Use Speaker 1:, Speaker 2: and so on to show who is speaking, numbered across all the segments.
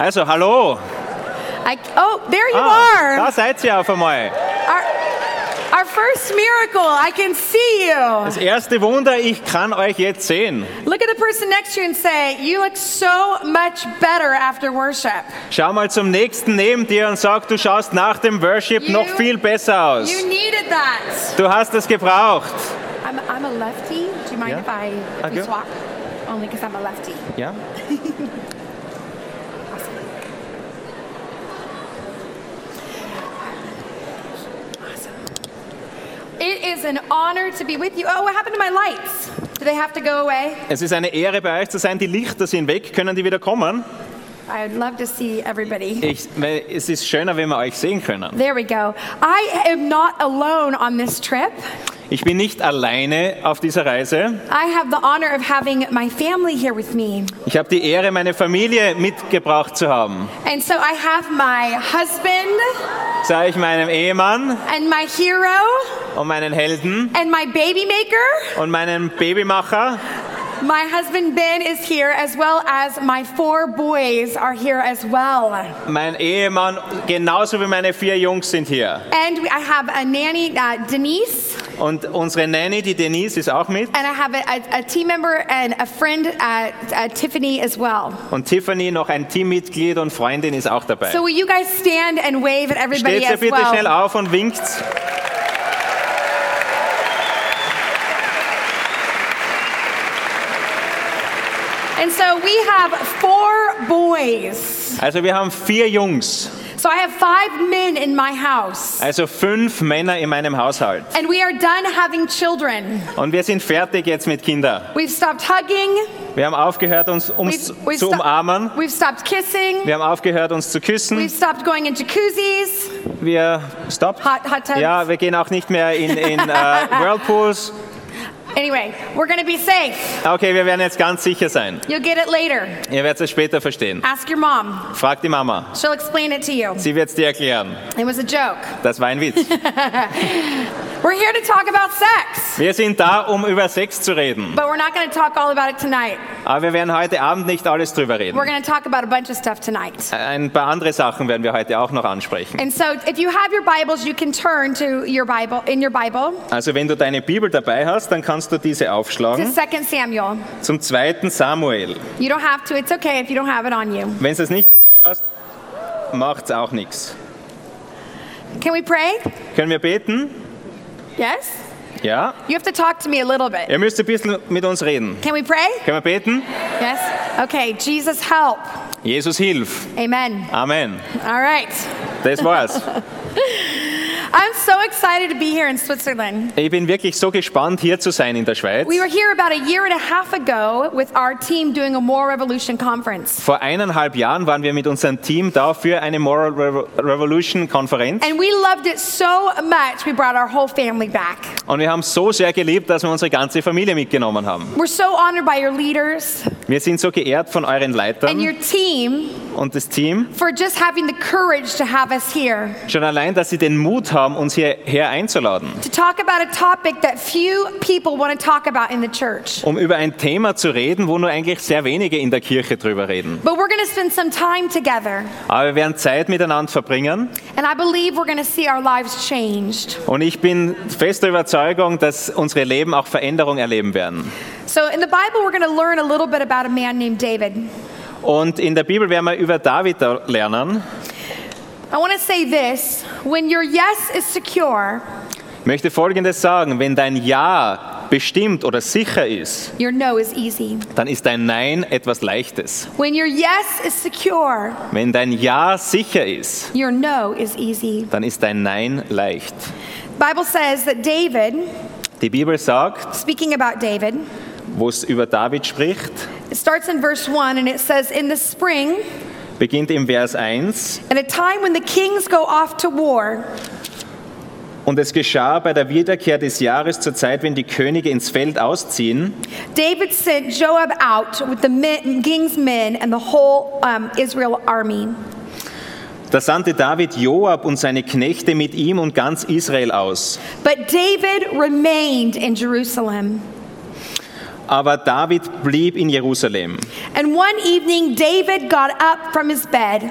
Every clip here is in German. Speaker 1: Also, hallo.
Speaker 2: I, oh, there you
Speaker 1: Ah,
Speaker 2: are.
Speaker 1: da seid ihr auf einmal.
Speaker 2: Our, our first miracle. I can see
Speaker 1: Das
Speaker 2: you.
Speaker 1: erste Wunder, ich kann euch jetzt sehen.
Speaker 2: Look at the person next to you and say, You look so much better after worship.
Speaker 1: Schau mal zum nächsten neben dir und sag, du schaust nach dem Worship
Speaker 2: You-
Speaker 1: noch viel besser aus.
Speaker 2: You needed that.
Speaker 1: Du hast es gebraucht.
Speaker 2: I'm, I'm a lefty. Do you mind
Speaker 1: Yeah.
Speaker 2: if I if
Speaker 1: Okay.
Speaker 2: we swap? Only because I'm a lefty.
Speaker 1: Ja?
Speaker 2: It is an honor to be with you. Oh, what happened to my lights? Do they have to go away?
Speaker 1: Es ist eine Ehre, bei euch zu sein. Die Lichter sind weg. Können die wieder kommen?
Speaker 2: I'd love to see everybody.
Speaker 1: Ich, weil es ist schöner, wenn wir euch sehen können.
Speaker 2: There we go. I am not alone on this trip.
Speaker 1: Ich bin nicht alleine auf dieser Reise.
Speaker 2: I have the honor of having my family here with me.
Speaker 1: Ich habe die Ehre, meine Familie mitgebracht zu haben.
Speaker 2: And so I have my husband
Speaker 1: Sei ich meinem Ehemann
Speaker 2: and my hero
Speaker 1: und meinen Helden
Speaker 2: and my baby maker.
Speaker 1: und meinen Babymacher.
Speaker 2: My husband Ben is here as well as my four boys are here as well.
Speaker 1: Mein Ehemann, genauso wie meine vier Jungs sind hier.
Speaker 2: And we- I have a nanny, uh, Denise,
Speaker 1: Und unsere Nanny, die Denise, ist auch mit.
Speaker 2: and I have a, a, a team member and a friend, uh, uh, Tiffany, as well.
Speaker 1: Und Tiffany, noch ein Teammitglied und Freundin, ist auch dabei.
Speaker 2: So will you guys stand and wave at everybody
Speaker 1: Steht ihr
Speaker 2: as
Speaker 1: bitte
Speaker 2: well?
Speaker 1: schnell auf und winkt.
Speaker 2: And so we have four boys.
Speaker 1: Also wir haben vier Jungs,
Speaker 2: So I have five men in my house.
Speaker 1: also fünf Männer in meinem Haushalt.
Speaker 2: And we are done having children.
Speaker 1: Und wir sind fertig jetzt mit Kindern.
Speaker 2: We've stopped hugging.
Speaker 1: Wir haben aufgehört, uns ums
Speaker 2: We've, we've
Speaker 1: zu
Speaker 2: sto-
Speaker 1: umarmen.
Speaker 2: We've stopped kissing.
Speaker 1: Wir haben aufgehört, uns zu küssen.
Speaker 2: We've stopped going in jacuzzis.
Speaker 1: Wir stopp.
Speaker 2: Hot- hot tubs.
Speaker 1: Ja, wir gehen auch nicht mehr in, in äh, Whirlpools.
Speaker 2: Anyway, we're going to be safe.
Speaker 1: Okay, wir werden jetzt ganz sicher sein.
Speaker 2: You'll get it later.
Speaker 1: Ihr werdet es später verstehen.
Speaker 2: Ask your mom.
Speaker 1: Frag die Mama.
Speaker 2: She'll explain it to you.
Speaker 1: Sie wird es dir erklären.
Speaker 2: It was a joke.
Speaker 1: Das war ein Witz.
Speaker 2: We're here to talk about sex,
Speaker 1: Wir sind da, um über Sex zu reden.
Speaker 2: but we're not going to talk all about it tonight.
Speaker 1: Aber wir werden heute Abend nicht alles drüber reden.
Speaker 2: We're going to talk about a bunch of stuff tonight.
Speaker 1: Ein paar andere Sachen werden wir heute auch noch ansprechen.
Speaker 2: And so if you have your Bibles, you can turn to your Bible in your Bible
Speaker 1: Also wenn du deine Bibel dabei hast, dann kannst du diese
Speaker 2: to
Speaker 1: aufschlagen
Speaker 2: 2 Samuel.
Speaker 1: zum zweiten Samuel.
Speaker 2: You don't have to. It's okay if you don't have it on you.
Speaker 1: Wenn du es nicht dabei hast, macht's auch nichts.
Speaker 2: Can we pray?
Speaker 1: Können wir beten?
Speaker 2: Yes?
Speaker 1: Ja.
Speaker 2: You have to talk to me a little bit.
Speaker 1: Ihr müsst ein bisschen mit uns reden.
Speaker 2: Can we pray?
Speaker 1: Können wir beten?
Speaker 2: Yes? Okay. Jesus help.
Speaker 1: Jesus hilf.
Speaker 2: Amen.
Speaker 1: Amen.
Speaker 2: All right.
Speaker 1: Das war's.
Speaker 2: I'm so excited to be here in Switzerland.
Speaker 1: Ich bin wirklich so gespannt, hier zu sein in der Schweiz.
Speaker 2: We were here about a year and a half ago with our team doing a Moral Revolution conference.
Speaker 1: Vor eineinhalb Jahren waren wir mit unserem Team da für eine Moral Revo- Revolution Konferenz
Speaker 2: And we loved it so much, we brought our whole family back.
Speaker 1: und wir haben so sehr geliebt, dass wir unsere ganze Familie mitgenommen haben.
Speaker 2: We're so honored by your leaders
Speaker 1: Wir sind so geehrt von euren
Speaker 2: and
Speaker 1: Leitern
Speaker 2: your team
Speaker 1: und das Team.
Speaker 2: for just having the courage to have us here
Speaker 1: Schon allein, dass sie den Mut haben, uns hierher einzuladen,
Speaker 2: to talk about a topic that few people want to talk about in the church.
Speaker 1: um über ein Thema zu reden, wo nur eigentlich sehr wenige in der Kirche drüber reden.
Speaker 2: But we're going to spend some time together,
Speaker 1: Aber wir werden Zeit miteinander verbringen
Speaker 2: and I believe we're going to see our lives changed.
Speaker 1: und ich bin fester Überzeugung, dass unsere Leben auch Veränderung erleben werden.
Speaker 2: So, in the Bible, we're going to learn a little bit about a man named David.
Speaker 1: Und in der Bibel werden wir über David lernen.
Speaker 2: I want to say this when your yes is secure,
Speaker 1: Ich möchte Folgendes sagen, wenn dein Ja bestimmt oder sicher ist,
Speaker 2: your no is easy.
Speaker 1: dann ist dein Nein etwas Leichtes.
Speaker 2: When your yes is secure,
Speaker 1: Wenn dein Ja sicher ist,
Speaker 2: your no is easy.
Speaker 1: dann ist dein Nein leicht.
Speaker 2: Bible says that David,
Speaker 1: Die Bibel sagt,
Speaker 2: speaking about David,
Speaker 1: wo es über David spricht,
Speaker 2: it starts in verse 1 and it says in the spring
Speaker 1: beginnt im Vers 1,
Speaker 2: At a time when the kings go off to war,
Speaker 1: und es geschah bei der Wiederkehr des Jahres zur Zeit, wenn die Könige ins Feld ausziehen,
Speaker 2: David sent Joab out with the men, king's men and the whole um, Israel army.
Speaker 1: da sandte David Joab und seine Knechte mit ihm und ganz Israel aus.
Speaker 2: But David remained in Jerusalem.
Speaker 1: Aber David blieb in Jerusalem.
Speaker 2: And one evening, David got up from his bed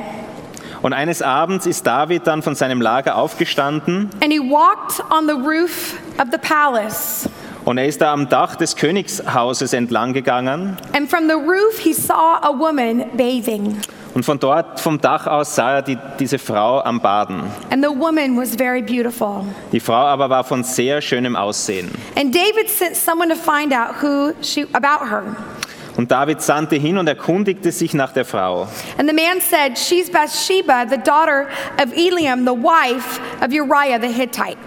Speaker 1: Und eines Abends ist David dann von seinem Lager aufgestanden
Speaker 2: and he walked on the roof of the palace.
Speaker 1: und er ist da am Dach des Königshauses entlang gegangen
Speaker 2: And from the roof, he saw a woman bathing.
Speaker 1: und von dort vom Dach aus sah er die, diese Frau am Baden.
Speaker 2: And the woman was very beautiful.
Speaker 1: Die Frau aber war von sehr schönem Aussehen.
Speaker 2: And David sent someone to find out who she about her.
Speaker 1: Und David sandte hin und erkundigte sich nach der Frau.
Speaker 2: And the man said, "She's Bathsheba, the daughter of Eliam, the wife of Uriah the Hittite."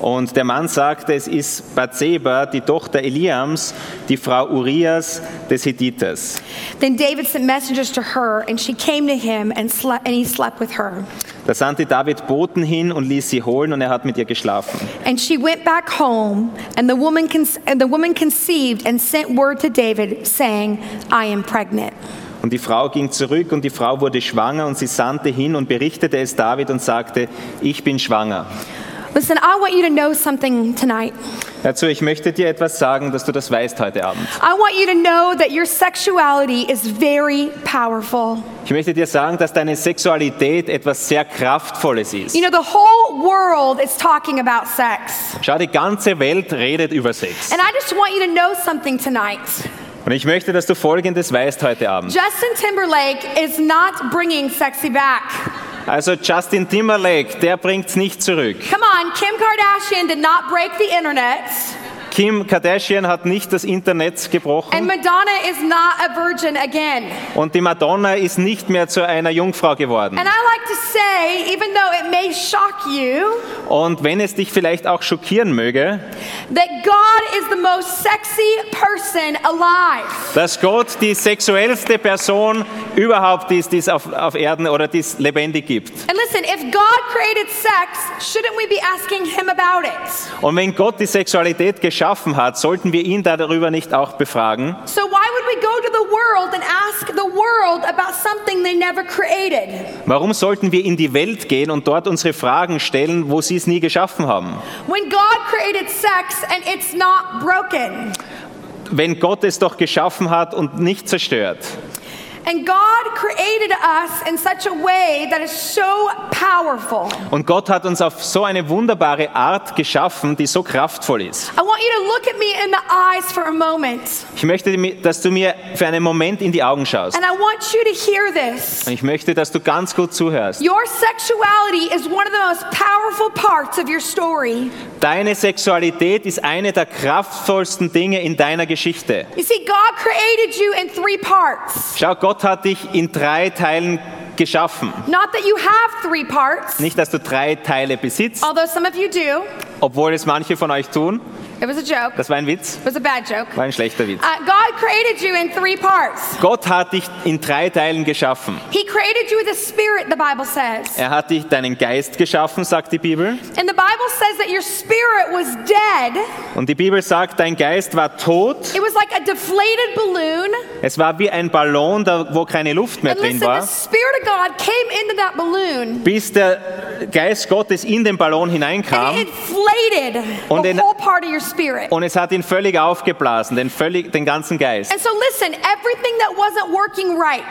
Speaker 1: Und der Mann sagte, es ist Bathseba, die Tochter Eliams, die Frau Urias des Hittiters.
Speaker 2: Then David sent messengers to her, and she came to him and slept, and he slept with her.
Speaker 1: Da sandte David Boten hin und ließ sie holen und er hat mit ihr geschlafen.
Speaker 2: And she went back home, and the woman con- and the woman conceived and sent word to David saying, "I am pregnant."
Speaker 1: Und die Frau ging zurück und die Frau wurde schwanger und sie sandte hin und berichtete es David und sagte, ich bin schwanger.
Speaker 2: Listen, I want you to know something tonight.
Speaker 1: Dazu, ich möchte dir etwas sagen, dass du das weißt heute Abend.
Speaker 2: I want you to know that your sexuality is very powerful.
Speaker 1: Ich möchte dir sagen, dass deine Sexualität etwas sehr Kraftvolles ist.
Speaker 2: You know, the whole world is talking about sex.
Speaker 1: Schau, die ganze Welt redet über Sex.
Speaker 2: And I just want you to know something tonight.
Speaker 1: Und ich möchte, dass du Folgendes weißt heute Abend.
Speaker 2: Justin Timberlake is not bringing sexy back.
Speaker 1: Also Justin Timberlake, der bringt's nicht zurück.
Speaker 2: Come on, Kim Kardashian did not break the internet,
Speaker 1: Kim Kardashian hat nicht das Internet
Speaker 2: and
Speaker 1: gebrochen
Speaker 2: Madonna is not a virgin again.
Speaker 1: und die Madonna ist nicht mehr zu einer Jungfrau geworden.
Speaker 2: And I like to say, even though it may shock you,
Speaker 1: Und wenn es dich vielleicht auch schockieren möge,
Speaker 2: that God is the most sexy person alive.
Speaker 1: dass Gott die sexuellste Person überhaupt ist, die es auf, auf Erden oder die es lebendig gibt.
Speaker 2: And listen, if God created sex, shouldn't we be asking Him about it?
Speaker 1: Und wenn Gott die Sexualität geschaffen hat, sollten wir ihn da darüber nicht auch befragen?
Speaker 2: So why would we go to the world and ask the world about something they never created?
Speaker 1: Warum sollten wir in die Welt gehen und dort unsere Fragen stellen, wo sie es nie geschaffen haben?
Speaker 2: When God created sex and it's not broken.
Speaker 1: Wenn Gott es doch geschaffen hat und nicht zerstört.
Speaker 2: And God created us in such a way that is so powerful.
Speaker 1: Und Gott hat uns auf so eine wunderbare Art geschaffen, die so kraftvoll ist.
Speaker 2: I want you to look at me in the eyes for a moment.
Speaker 1: Ich möchte, dass du mir für einen Moment in die Augen schaust.
Speaker 2: And I want you to hear this.
Speaker 1: Und ich möchte, dass du ganz gut zuhörst.
Speaker 2: Your sexuality is one of the most powerful parts of your story.
Speaker 1: Deine Sexualität ist eine der kraftvollsten Dinge in deiner Geschichte.
Speaker 2: You see, God created you in three parts.
Speaker 1: Schau, Gott hat dich in drei Teilen geschaffen.
Speaker 2: Not that you have three parts,
Speaker 1: Nicht, dass du drei Teile besitzt,
Speaker 2: although some of you do.
Speaker 1: obwohl es manche von euch tun.
Speaker 2: It was a joke.
Speaker 1: Das war ein Witz,
Speaker 2: It was a bad joke.
Speaker 1: war ein schlechter Witz.
Speaker 2: Uh, God created you in three parts.
Speaker 1: Gott hat dich in drei Teilen geschaffen.
Speaker 2: He created you with a spirit, the Bible says.
Speaker 1: Er hat dich deinen Geist geschaffen, sagt die Bibel.
Speaker 2: And the Bible says that your spirit was dead.
Speaker 1: Und die Bibel sagt, dein Geist war tot.
Speaker 2: It was like a deflated balloon.
Speaker 1: Es war wie ein Ballon, da wo keine Luft mehr
Speaker 2: And
Speaker 1: drin
Speaker 2: listen, the
Speaker 1: war.
Speaker 2: Spirit of God came into that balloon
Speaker 1: Bis der Geist Gottes in den Ballon
Speaker 2: and
Speaker 1: hineinkam
Speaker 2: it inflated
Speaker 1: Und
Speaker 2: the
Speaker 1: in-
Speaker 2: whole part of your spirit.
Speaker 1: und es hat ihn völlig aufgeblasen, den, völlig, den ganzen Geist.
Speaker 2: And so, listen, everything that wasn't working right,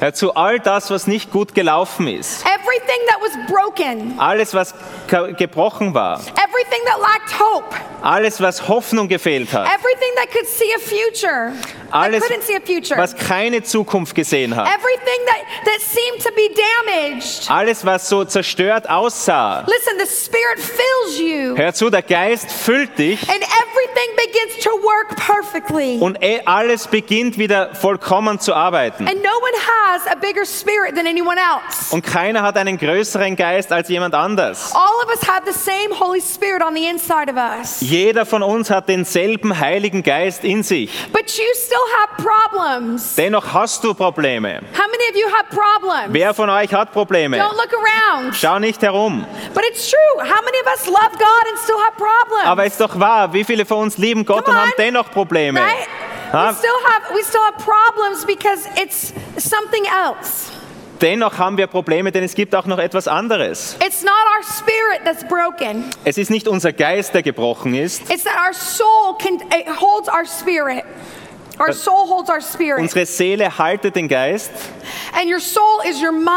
Speaker 1: Hör zu, all das, was nicht gut gelaufen ist,
Speaker 2: everything that was broken,
Speaker 1: alles, was ka- gebrochen war,
Speaker 2: everything that lacked hope,
Speaker 1: alles, was Hoffnung gefehlt hat,
Speaker 2: everything that could see a future, that
Speaker 1: alles,
Speaker 2: couldn't see a future.
Speaker 1: was keine Zukunft gesehen hat,
Speaker 2: Everything that, that seemed to be damaged.
Speaker 1: alles, was so zerstört aussah.
Speaker 2: Listen, the Spirit fills you,
Speaker 1: Hör zu, der Geist füllt dich
Speaker 2: and everything begins to work perfectly.
Speaker 1: und eh alles beginnt wieder vollkommen zu arbeiten.
Speaker 2: And no one has a bigger spirit than anyone else.
Speaker 1: Und keiner hat einen größeren Geist als jemand anders.
Speaker 2: All of us have the same Holy Spirit on the inside of us.
Speaker 1: Jeder von uns hat denselben Heiligen Geist in sich.
Speaker 2: But you still have problems.
Speaker 1: Dennoch hast du Probleme.
Speaker 2: How many of you have problems?
Speaker 1: Wer von euch hat Probleme?
Speaker 2: Don't look around.
Speaker 1: Schau nicht herum.
Speaker 2: But it's true. How many of us love God and still have
Speaker 1: Aber
Speaker 2: problems?
Speaker 1: ist doch wahr, wie viele von uns lieben Gott
Speaker 2: Come
Speaker 1: und haben
Speaker 2: on.
Speaker 1: dennoch Probleme?
Speaker 2: Right?
Speaker 1: Ah.
Speaker 2: We still have we still have problems because it's something else.
Speaker 1: Dennoch haben wir Probleme, denn es gibt auch noch etwas anderes.
Speaker 2: It's not our spirit that's broken.
Speaker 1: Es ist nicht unser Geist, der gebrochen ist.
Speaker 2: It's that our soul can, it holds our spirit. Our soul holds our spirit.
Speaker 1: Unsere Seele haltet den Geist
Speaker 2: And your soul is your mind,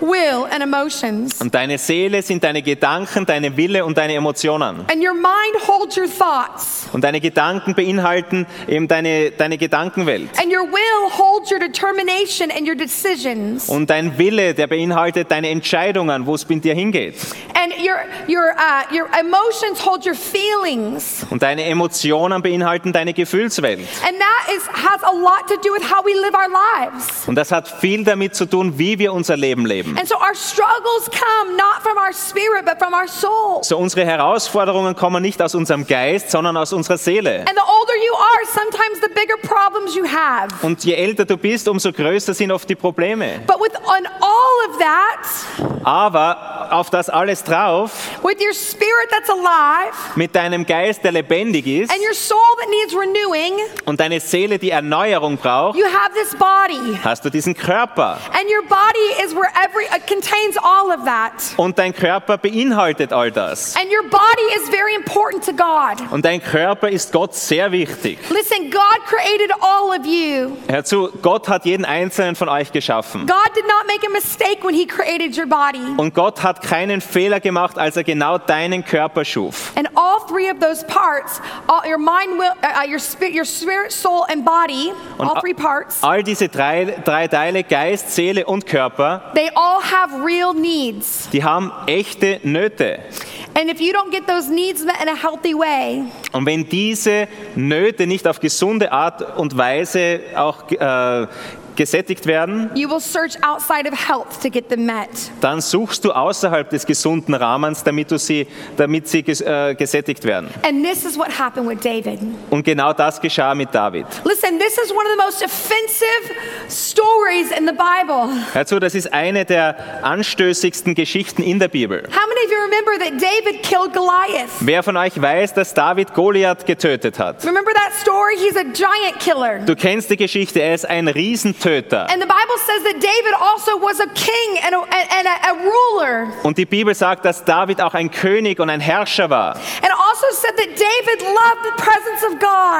Speaker 2: will, and emotions.
Speaker 1: und deine Seele sind deine Gedanken, deine Wille und deine Emotionen.
Speaker 2: And your mind holds your thoughts.
Speaker 1: Und deine Gedanken beinhalten eben deine, deine Gedankenwelt.
Speaker 2: And your will holds your determination and your decisions.
Speaker 1: Und dein Wille, der beinhaltet deine Entscheidungen, wo es mit dir hingeht.
Speaker 2: And your, your, uh, your emotions hold your feelings.
Speaker 1: Und deine Emotionen beinhalten deine Gefühlswelt.
Speaker 2: And that is, has a lot to do with how we live our lives.
Speaker 1: Und das hat viel damit zu tun, wie wir unser Leben leben.
Speaker 2: And so our struggles come not from our spirit, but from our soul.
Speaker 1: So unsere Herausforderungen kommen nicht aus unserem Geist, sondern aus unserer Seele.
Speaker 2: And the older you are, sometimes the bigger problems you have.
Speaker 1: Und je älter du bist, umso größer sind oft die Probleme.
Speaker 2: But with on all of that,
Speaker 1: Aber auf das alles drauf,
Speaker 2: with your spirit that's alive
Speaker 1: mit deinem Geist, der lebendig ist,
Speaker 2: and your soul that needs renewing,
Speaker 1: und deine Seele, die Erneuerung braucht,
Speaker 2: you have this body.
Speaker 1: hast du diesen Körper.
Speaker 2: And your body is where every it contains all of that.
Speaker 1: Und dein Körper beinhaltet all das.
Speaker 2: And your body is very important to God.
Speaker 1: Und dein Körper ist Gott sehr wichtig.
Speaker 2: Listen, God created all of you.
Speaker 1: Hör zu, Gott hat jeden einzelnen von euch geschaffen.
Speaker 2: God did not make a mistake when he created your body.
Speaker 1: Und Gott hat keinen Fehler gemacht, als er genau deinen Körper schuf.
Speaker 2: And all three of those parts, all, your mind, will, uh, uh, your spirit, your spirit, soul, and body, all
Speaker 1: a-
Speaker 2: three parts,
Speaker 1: All diese drei, drei Teile, Geist, Seele und Körper,
Speaker 2: they all have real needs.
Speaker 1: die haben echte Nöte.
Speaker 2: And if you don't get those needs met in a healthy way,
Speaker 1: Und wenn diese Nöte nicht auf gesunde Art und Weise auch äh, gesättigt werden,
Speaker 2: you will search outside of health to get them met.
Speaker 1: dann suchst du außerhalb des gesunden Rahmens, damit, du sie, damit sie ges äh, gesättigt werden.
Speaker 2: And this is what happened with David.
Speaker 1: Und genau das geschah mit David.
Speaker 2: Listen, this is one of the most offensive stories in the Bible.
Speaker 1: Hör zu, das ist eine der anstößigsten Geschichten in der Bibel.
Speaker 2: How many of you remember that David killed Goliath?
Speaker 1: Wer von euch weiß, dass David Goliath getötet hat?
Speaker 2: Remember that story? He's a giant killer.
Speaker 1: Du kennst die Geschichte, er ist ein Riesentöter.
Speaker 2: And the Bible says that David also was a king and a, and a, a ruler.
Speaker 1: Und die Bibel sagt, dass David auch ein König und ein Herrscher war.
Speaker 2: And it also said that David loved the presence of
Speaker 1: Und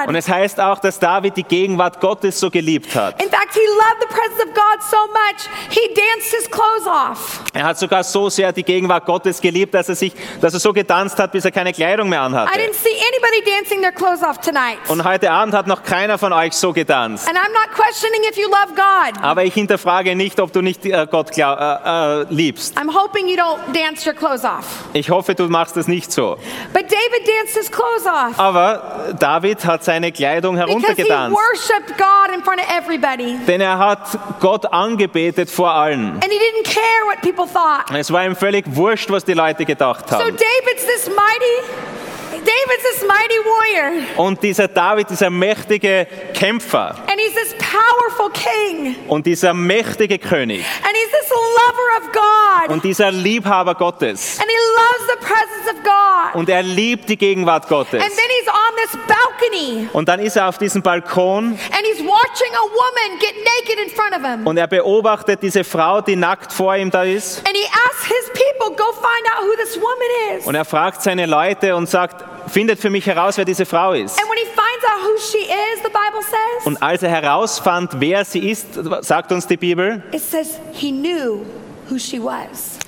Speaker 2: God.
Speaker 1: es heißt auch, dass David die Gegenwart Gottes so geliebt hat.
Speaker 2: In fact, he loved the presence of God so much, he danced his clothes off.
Speaker 1: Er hat sogar so sehr die Gegenwart Gottes geliebt, dass er sich, dass er so getanzt hat, bis er keine Kleidung mehr
Speaker 2: I
Speaker 1: anhatte.
Speaker 2: didn't see anybody dancing their clothes off tonight.
Speaker 1: Und heute Abend hat noch keiner von euch so getanzt.
Speaker 2: And I'm not questioning if you love God.
Speaker 1: Aber ich hinterfrage nicht, ob du nicht äh, Gott glaub, äh, äh, liebst.
Speaker 2: I'm hoping you don't dance your clothes off.
Speaker 1: Ich hoffe, du machst es nicht so.
Speaker 2: But David danced his clothes
Speaker 1: Uh,
Speaker 2: off
Speaker 1: Aber David hat seine Kleidung
Speaker 2: because he
Speaker 1: heruntergetanzt.
Speaker 2: worshiped God in front of everybody.
Speaker 1: Denn er hat Gott angebetet vor allen.
Speaker 2: And he didn't care what people thought.
Speaker 1: Es war ihm völlig wurscht, was die Leute gedacht
Speaker 2: So
Speaker 1: haben.
Speaker 2: David's this mighty David's this mighty warrior
Speaker 1: Und dieser David, dieser mächtige Kämpfer
Speaker 2: and he's this powerful king
Speaker 1: und dieser mächtige König
Speaker 2: and he's this lover of God
Speaker 1: und dieser Liebhaber Gottes.
Speaker 2: and he loves the presence of God.
Speaker 1: Und er liebt die Gegenwart Gottes.
Speaker 2: And then he's on this balcony
Speaker 1: Und dann ist er auf diesem Balkon
Speaker 2: and he's watching a woman get naked in front of him.
Speaker 1: und er beobachtet diese Frau, die nackt vor ihm da ist.
Speaker 2: And he asks his people, go find out who this woman is.
Speaker 1: Und er fragt seine Leute und sagt, findet für mich heraus, wer diese Frau ist.
Speaker 2: And when he finds out who she is, the Bible says,
Speaker 1: Und als er herausfand, wer sie ist, sagt uns die Bibel,
Speaker 2: it says he knew who she was.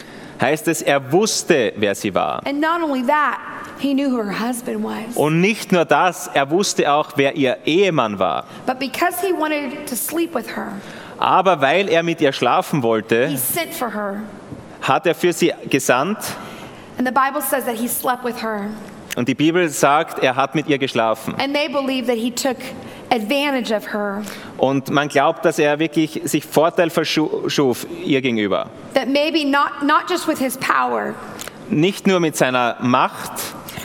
Speaker 1: heißt es, er wusste, wer sie war.
Speaker 2: And not only that, he knew who her husband was.
Speaker 1: Und nicht nur das, er wusste auch, wer ihr Ehemann war.
Speaker 2: But because he wanted to sleep with her,
Speaker 1: Aber weil er mit ihr schlafen
Speaker 2: he
Speaker 1: wollte,
Speaker 2: sent for her.
Speaker 1: hat er für sie gesandt.
Speaker 2: And the Bible says that he slept with her.
Speaker 1: Und die Bibel sagt, er hat mit ihr geschlafen.
Speaker 2: And they believe that he took advantage of her,
Speaker 1: Und man glaubt, dass er wirklich sich Vorteil verschuf ihr gegenüber.
Speaker 2: that maybe not, not just with his power,
Speaker 1: Nicht nur mit seiner Macht,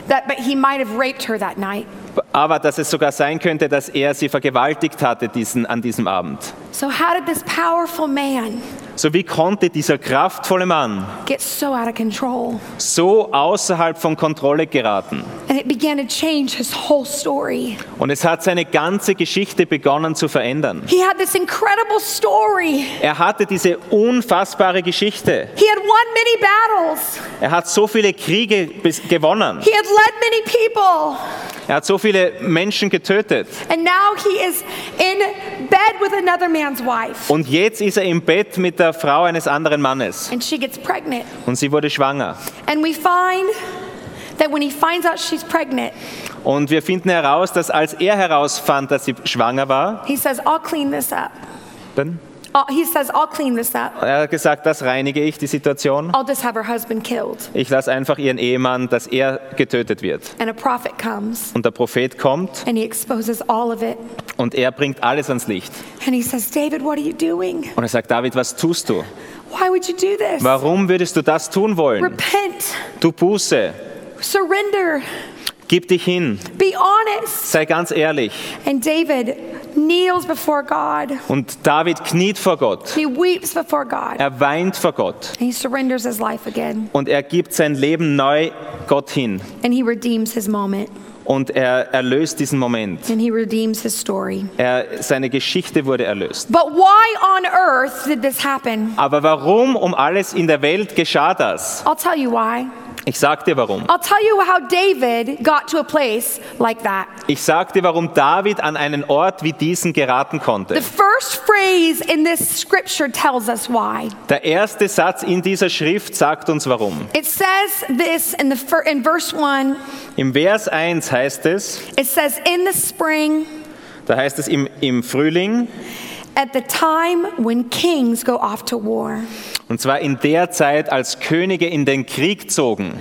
Speaker 2: that, but he might have raped her that night.
Speaker 1: aber dass es sogar sein könnte, dass er sie vergewaltigt hatte diesen, an diesem Abend.
Speaker 2: So, how did this powerful man
Speaker 1: So wie konnte dieser kraftvolle Mann
Speaker 2: get so out of control?
Speaker 1: so außerhalb von Kontrolle geraten?
Speaker 2: And it began to change his whole story.
Speaker 1: Und es hat seine ganze Geschichte begonnen zu verändern.
Speaker 2: He had this incredible story.
Speaker 1: Er hatte diese unfassbare Geschichte.
Speaker 2: He had won many battles.
Speaker 1: Er hat so viele Kriege bis- gewonnen.
Speaker 2: He had led many people.
Speaker 1: Er hat so viele Menschen getötet.
Speaker 2: And now he is in bed with another man's wife.
Speaker 1: Und jetzt ist er im Bett mit der Frau eines anderen Mannes.
Speaker 2: And she gets pregnant.
Speaker 1: Und sie wurde schwanger.
Speaker 2: And we find that when he finds out she's pregnant,
Speaker 1: Und wir finden heraus, dass als er herausfand, dass sie schwanger war,
Speaker 2: he says, I'll clean this up.
Speaker 1: dann
Speaker 2: I'll- He says, I'll clean this up.
Speaker 1: er hat gesagt, das reinige ich, die Situation.
Speaker 2: I'll just have her husband killed.
Speaker 1: Ich lasse einfach ihren Ehemann, dass er getötet wird.
Speaker 2: And a prophet comes
Speaker 1: Und der Prophet kommt
Speaker 2: and he exposes all of it.
Speaker 1: und er bringt alles ans Licht.
Speaker 2: And he says, David, what are you doing?
Speaker 1: Und er sagt, David, was tust du?
Speaker 2: Why would you do this?
Speaker 1: Warum würdest du das tun wollen?
Speaker 2: Repent,
Speaker 1: Du Buße,
Speaker 2: surrender,
Speaker 1: gib dich hin,
Speaker 2: be honest.
Speaker 1: sei ganz ehrlich.
Speaker 2: And David kneels before God.
Speaker 1: Und David kniet vor Gott,
Speaker 2: He weeps before God.
Speaker 1: er weint vor Gott
Speaker 2: And he surrenders his life again.
Speaker 1: und er gibt sein Leben neu Gott hin.
Speaker 2: And he redeems his moment.
Speaker 1: Und er erlöst diesen Moment.
Speaker 2: And he redeems his story.
Speaker 1: Er, seine Geschichte wurde erlöst.
Speaker 2: But why on earth did this happen?
Speaker 1: Aber warum um alles in der Welt geschah das?
Speaker 2: I'll tell you why.
Speaker 1: Ich sag dir warum.
Speaker 2: I'll tell you how David got to a place like that.
Speaker 1: Ich sag dir, warum David an einen Ort wie diesen geraten konnte.
Speaker 2: The first phrase in this scripture tells us why.
Speaker 1: Der erste Satz in dieser Schrift sagt uns warum.
Speaker 2: It says this in the fir- in verse 1.
Speaker 1: Im Vers 1 heißt es,
Speaker 2: It says in the spring
Speaker 1: da heißt es im, im Frühling,
Speaker 2: at the time when kings go off to war.
Speaker 1: und zwar in der Zeit, als Könige in den Krieg zogen.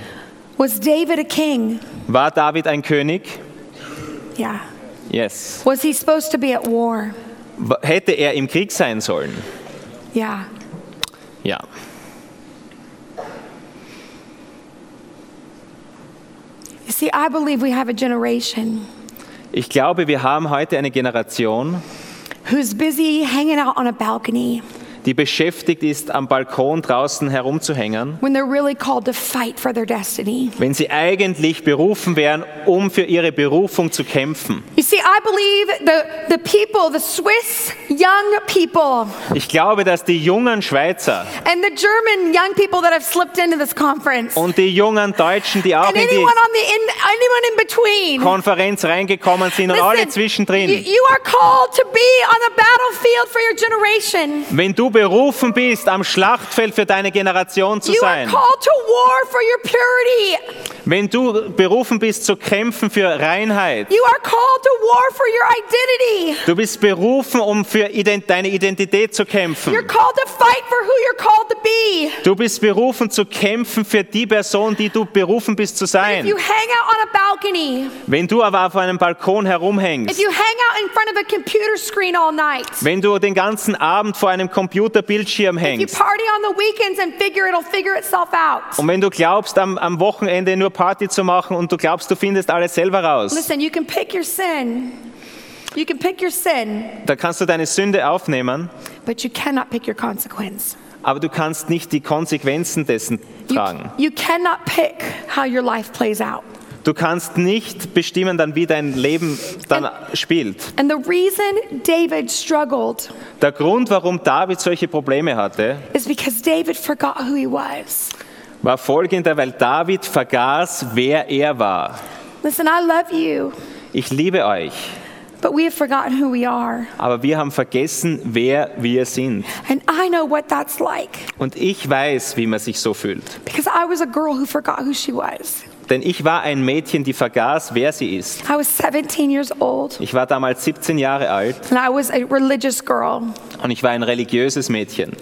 Speaker 2: Was David a king?
Speaker 1: War David ein König?
Speaker 2: Yeah.
Speaker 1: Yes.
Speaker 2: Was he supposed to be at war?
Speaker 1: W- Hätte er im Krieg sein sollen?
Speaker 2: Yeah.
Speaker 1: Ja.
Speaker 2: You see, I believe we have a generation
Speaker 1: Ich glaube, wir haben heute eine Generation,
Speaker 2: who's busy hanging out on a balcony
Speaker 1: die beschäftigt ist, am Balkon draußen herumzuhängen,
Speaker 2: when they're really called to fight for their destiny.
Speaker 1: wenn sie eigentlich berufen wären, um für ihre Berufung zu kämpfen.
Speaker 2: You see, I believe the, the people, the Swiss young people,
Speaker 1: Ich glaube, dass die jungen Schweizer
Speaker 2: and the German young people that have slipped into this conference,
Speaker 1: und die jungen Deutschen, die auch
Speaker 2: and
Speaker 1: in die
Speaker 2: anyone on the in, anyone in between.
Speaker 1: Konferenz reingekommen sind und alle
Speaker 2: you,
Speaker 1: zwischendrin,
Speaker 2: you are called to be on the battlefield for your generation.
Speaker 1: wenn du berufen bist, am Schlachtfeld für deine Generation zu
Speaker 2: You are
Speaker 1: sein,
Speaker 2: called to war for your purity.
Speaker 1: wenn du berufen bist, zu kämpfen für Reinheit,
Speaker 2: You are called to war for your identity.
Speaker 1: du bist berufen, um für ident deine Identität zu kämpfen.
Speaker 2: You're called to fight for who you're called to be.
Speaker 1: Du bist berufen zu kämpfen für die Person, die du berufen bist zu
Speaker 2: If
Speaker 1: sein.
Speaker 2: you hang out on a balcony,
Speaker 1: Wenn du aber auf einem Balkon
Speaker 2: if
Speaker 1: herumhängst,
Speaker 2: you hang out in front of a computer screen all night,
Speaker 1: wenn du den ganzen Abend vor einem Computerbildschirm
Speaker 2: if you
Speaker 1: hängst,
Speaker 2: party on the weekends and figure it'll figure itself out.
Speaker 1: Und wenn du glaubst, am, am Wochenende nur Party zu machen und du glaubst, du findest alles selber raus,
Speaker 2: Listen, you can pick your sin. You can pick your sin,
Speaker 1: da kannst du deine Sünde aufnehmen,
Speaker 2: but you cannot pick your consequence.
Speaker 1: aber du kannst nicht die Konsequenzen dessen
Speaker 2: You,
Speaker 1: tragen.
Speaker 2: you cannot pick how your life plays out.
Speaker 1: Du kannst nicht bestimmen, dann wie dein Leben dann spielt.
Speaker 2: And the reason David struggled
Speaker 1: Der Grund, warum David solche Probleme hatte,
Speaker 2: is because David forgot who he was.
Speaker 1: war folgender, weil David vergaß, wer er war.
Speaker 2: Listen, I love you,
Speaker 1: Ich liebe euch,
Speaker 2: but we have forgotten who we are.
Speaker 1: aber wir haben vergessen, wer wir sind.
Speaker 2: And I know what that's like
Speaker 1: Und ich weiß, wie man sich so fühlt.
Speaker 2: because I was a girl who forgot who she was.
Speaker 1: Denn ich war ein Mädchen, die vergaß, wer sie ist.
Speaker 2: I was 17 years old
Speaker 1: Ich war damals 17 Jahre alt
Speaker 2: and I was a religious girl.
Speaker 1: und ich war ein religiöses Mädchen.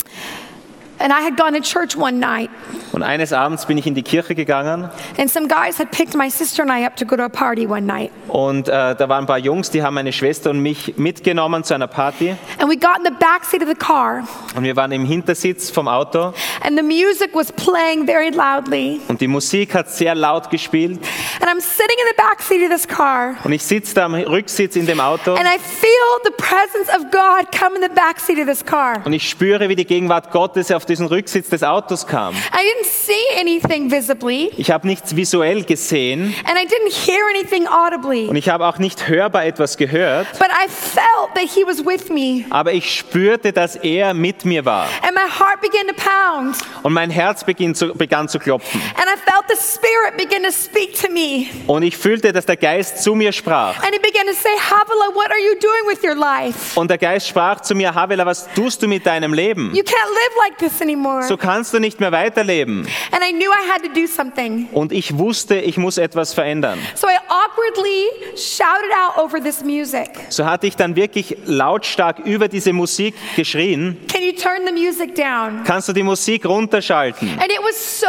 Speaker 2: And I had gone to church one night
Speaker 1: Und eines Abends bin ich in die Kirche gegangen
Speaker 2: and some guys had picked my sister and I up to go to a party one night.
Speaker 1: und äh, da waren ein paar Jungs, die haben meine Schwester und mich mitgenommen zu einer Party
Speaker 2: And we got in the back seat of the car
Speaker 1: und wir waren im Hintersitz vom Auto
Speaker 2: and the music was playing very loudly.
Speaker 1: und die Musik hat sehr laut gespielt
Speaker 2: And I'm sitting in the back seat of this car
Speaker 1: und ich sitze da am Rücksitz in dem Auto
Speaker 2: And I feel the presence of God come in the backseat of this car.
Speaker 1: und ich spüre, wie die Gegenwart Gottes auf diesen Rücksitz des Autos kam.
Speaker 2: I didn't see anything visibly,
Speaker 1: Ich habe nichts visuell gesehen
Speaker 2: and I didn't hear anything
Speaker 1: und
Speaker 2: audibly,
Speaker 1: ich habe auch nicht hörbar etwas gehört,
Speaker 2: but I felt that He was with me.
Speaker 1: aber ich spürte, dass er mit mir war
Speaker 2: And my heart began to pound,
Speaker 1: und mein Herz beginn zu, begann zu klopfen.
Speaker 2: and I felt felt the Spirit begin to speak to me.
Speaker 1: Und ich fühlte, dass der Geist zu mir sprach.
Speaker 2: And he began to say, Havila, what are you doing with your life?
Speaker 1: Und der Geist sprach zu mir, Havila, was tust du mit deinem Leben?
Speaker 2: You can't live like this anymore.
Speaker 1: So kannst du nicht mehr weiterleben.
Speaker 2: and I knew I had to do something.
Speaker 1: Und ich wusste, ich muss etwas verändern.
Speaker 2: So I awkwardly shouted out over this music.
Speaker 1: So hatte ich dann wirklich lautstark über diese Musik geschrien,
Speaker 2: Can you turn the music down?
Speaker 1: kannst du die Musik runterschalten?
Speaker 2: And it was so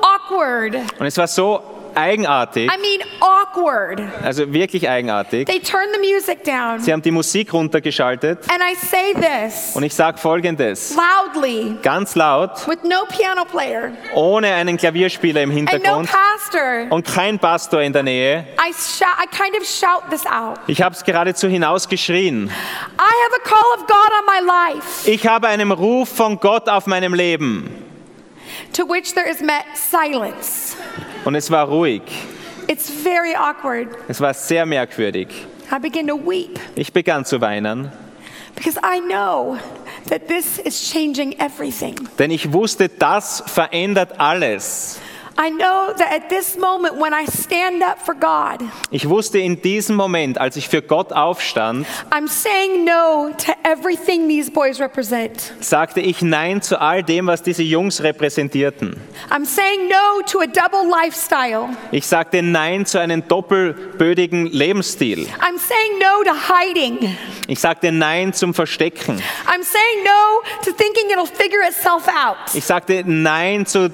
Speaker 2: awkward.
Speaker 1: Und es war so eigenartig,
Speaker 2: I mean, awkward.
Speaker 1: also wirklich eigenartig.
Speaker 2: They turned the music down.
Speaker 1: Sie haben die Musik runtergeschaltet
Speaker 2: And I say this
Speaker 1: und ich sage folgendes,
Speaker 2: loudly
Speaker 1: ganz laut,
Speaker 2: with no piano player
Speaker 1: ohne einen Klavierspieler im
Speaker 2: and no
Speaker 1: Hintergrund
Speaker 2: pastor.
Speaker 1: und kein Pastor in der Nähe.
Speaker 2: I shout, I kind of shout this out.
Speaker 1: Ich habe es geradezu hinausgeschrien.
Speaker 2: I have a call of God on my life,
Speaker 1: Ich habe einen Ruf von Gott auf meinem Leben.
Speaker 2: to which there is met silence.
Speaker 1: Und es war ruhig.
Speaker 2: It's very awkward.
Speaker 1: Es war sehr merkwürdig.
Speaker 2: I begin to weep
Speaker 1: Ich begann zu weinen,
Speaker 2: because I know that this is changing everything.
Speaker 1: denn ich wusste, das verändert alles.
Speaker 2: I know that at this moment, when I stand up for God,
Speaker 1: Ich wusste in diesem Moment, als ich für Gott aufstand,
Speaker 2: I'm saying no to everything these boys represent.
Speaker 1: sagte ich Nein zu all dem, was diese Jungs repräsentierten.
Speaker 2: I'm saying no to a double lifestyle.
Speaker 1: Ich sagte Nein zu einem doppelbödigen Lebensstil.
Speaker 2: I'm saying no to hiding.
Speaker 1: Ich sagte Nein zum Verstecken.
Speaker 2: I'm saying no to thinking it'll figure itself out.
Speaker 1: Ich sagte Nein zu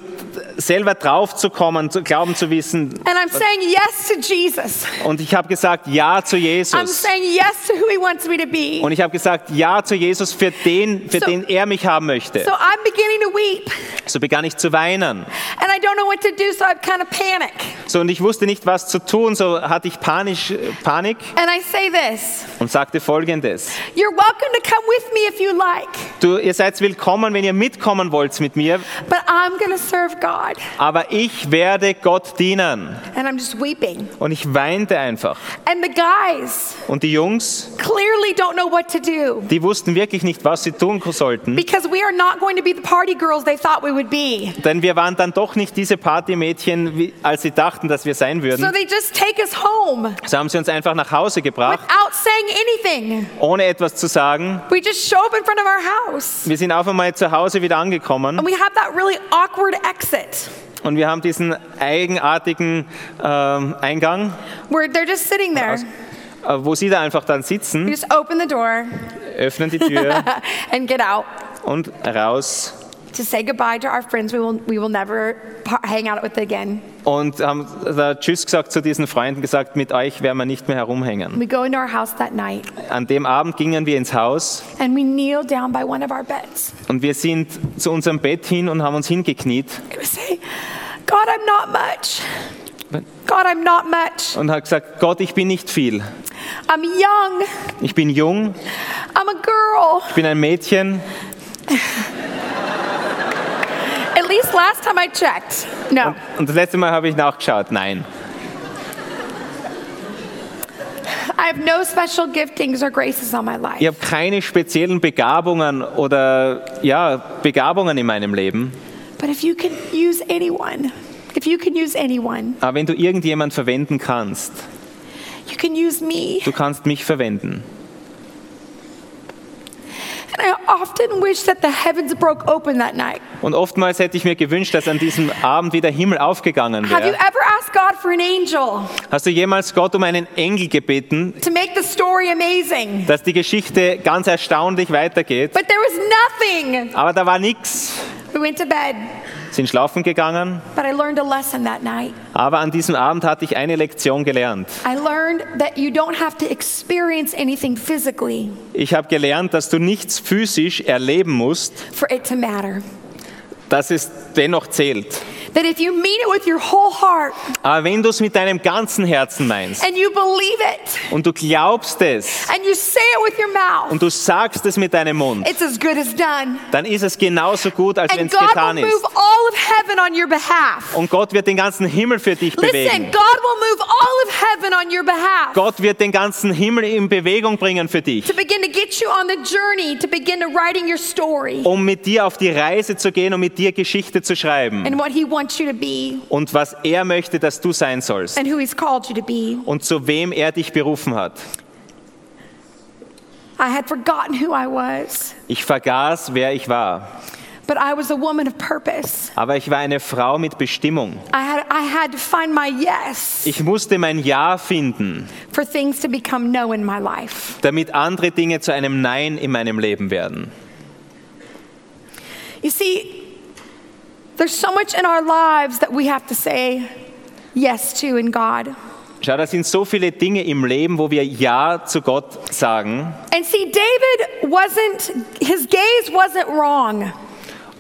Speaker 1: selber draufzukommen, zu glauben zu wissen.
Speaker 2: And I'm saying yes to Jesus.
Speaker 1: Und ich habe gesagt Ja zu
Speaker 2: I'm
Speaker 1: Jesus.
Speaker 2: saying yes to who he wants me to be.
Speaker 1: Und ich habe gesagt Ja zu Jesus für den, für
Speaker 2: So-
Speaker 1: den er mich haben möchte.
Speaker 2: So I'm beginning to weep
Speaker 1: So begann ich zu weinen.
Speaker 2: and I don't know what to do, so I kind of panic.
Speaker 1: So, und ich wusste nicht, was zu tun, so hatte ich panisch, äh, Panik
Speaker 2: And I say this
Speaker 1: und sagte folgendes.
Speaker 2: You're welcome to come with me if you like,
Speaker 1: Du, ihr seid willkommen, wenn ihr mitkommen wollt mit mir,
Speaker 2: but I'm going to serve God.
Speaker 1: aber ich werde Gott dienen.
Speaker 2: And I'm just weeping.
Speaker 1: Und ich weinte einfach.
Speaker 2: And the guys
Speaker 1: Und die Jungs,
Speaker 2: clearly don't know what to do
Speaker 1: die wussten wirklich nicht, was sie tun sollten,
Speaker 2: because we are not going to be the party girls they thought we would be.
Speaker 1: denn wir waren dann doch nicht diese Partymädchen, wie- als sie dachten, dass wir sein
Speaker 2: So
Speaker 1: würden.
Speaker 2: they just take us home
Speaker 1: So haben sie uns einfach nach Hause gebracht,
Speaker 2: without saying anything.
Speaker 1: ohne etwas zu sagen.
Speaker 2: We just show up in front of our house.
Speaker 1: Wir sind auf einmal zu Hause wieder angekommen
Speaker 2: And we have that really awkward exit
Speaker 1: und wir haben diesen eigenartigen ähm, Eingang,
Speaker 2: where they're just sitting there.
Speaker 1: äh, wo sie da einfach dann
Speaker 2: You
Speaker 1: sitzen,
Speaker 2: just open the door uh,
Speaker 1: öffnen die Tür
Speaker 2: and get out
Speaker 1: und raus
Speaker 2: to say goodbye to our friends. We will, we will never par- hang out with again.
Speaker 1: und haben da Tschüss gesagt zu diesen Freunden, gesagt, mit euch werden wir nicht mehr herumhängen.
Speaker 2: We go into our house that night
Speaker 1: An dem Abend gingen wir ins Haus
Speaker 2: and we kneel down by one of our beds.
Speaker 1: und wir sind zu unserem Bett hin und haben uns hingekniet
Speaker 2: And we say, God, I'm not much.
Speaker 1: But-
Speaker 2: God, I'm not much.
Speaker 1: und haben gesagt, Gott, ich bin nicht viel.
Speaker 2: I'm young.
Speaker 1: Ich bin jung,
Speaker 2: I'm a girl.
Speaker 1: ich bin ein Mädchen.
Speaker 2: At least last time I checked. No.
Speaker 1: Und das letzte Mal habe ich nachgeschaut, nein.
Speaker 2: I have no special giftings or graces on my life.
Speaker 1: Ich habe keine speziellen Begabungen oder ja, Begabungen in meinem Leben.
Speaker 2: But if you can use anyone, if you can use anyone,
Speaker 1: Aber wenn du irgendjemand verwenden kannst,
Speaker 2: you can use me.
Speaker 1: du kannst mich verwenden.
Speaker 2: And I often wish that the heavens broke open that night.
Speaker 1: Und oftmals hätte ich mir gewünscht, dass an diesem Abend wieder Himmel aufgegangen
Speaker 2: Have you
Speaker 1: wäre.
Speaker 2: ever asked God for an angel
Speaker 1: Hast du jemals Gott um einen Engel gebeten,
Speaker 2: to make the story amazing?
Speaker 1: dass die Geschichte ganz erstaunlich weitergeht?
Speaker 2: But there was nothing.
Speaker 1: Aber da war nichts.
Speaker 2: We went to bed,
Speaker 1: Sind schlafen gegangen.
Speaker 2: but I learned a lesson that night.
Speaker 1: Aber an diesem Abend hatte ich eine Lektion gelernt.
Speaker 2: I learned that you don't have to experience anything physically
Speaker 1: Ich habe gelernt, dass du nichts physisch erleben musst,
Speaker 2: for it to matter.
Speaker 1: dass es dennoch zählt.
Speaker 2: That if you mean it with your whole heart
Speaker 1: Aber wenn du es mit deinem ganzen Herzen meinst
Speaker 2: and you believe it
Speaker 1: und du glaubst es
Speaker 2: and you say it with your mouth,
Speaker 1: und du sagst es mit deinem Mund,
Speaker 2: it's as good as done.
Speaker 1: dann ist es genauso gut, als wenn
Speaker 2: And
Speaker 1: es
Speaker 2: God
Speaker 1: getan
Speaker 2: will
Speaker 1: ist.
Speaker 2: move all of heaven on your behalf.
Speaker 1: Und Gott wird den ganzen Himmel für dich
Speaker 2: Listen,
Speaker 1: bewegen.
Speaker 2: God will move all of heaven on your behalf
Speaker 1: Gott wird den ganzen Himmel in Bewegung bringen für dich,
Speaker 2: to begin to get you on the journey to begin to writing your story
Speaker 1: Oh. um mit um dir auf die Reise zu gehen und mit dir Geschichte zu schreiben
Speaker 2: and what He wants wants you to be
Speaker 1: und was er möchte, dass du sein sollst
Speaker 2: and who He's called you to be.
Speaker 1: und zu wem er dich berufen hat.
Speaker 2: I had forgotten who I was,
Speaker 1: Ich vergaß, wer ich war,
Speaker 2: but I was a woman of purpose.
Speaker 1: aber ich war eine Frau mit Bestimmung.
Speaker 2: I had, I had to find my yes
Speaker 1: Ich musste mein Ja finden,
Speaker 2: for things to become no in my life.
Speaker 1: damit andere Dinge zu einem Nein in meinem Leben werden.
Speaker 2: You see, there's so much in our lives that we have to say yes to in God.
Speaker 1: Schau, da sind so viele Dinge im Leben, wo wir Ja zu Gott sagen.
Speaker 2: And see, David wasn't, his gaze wasn't wrong.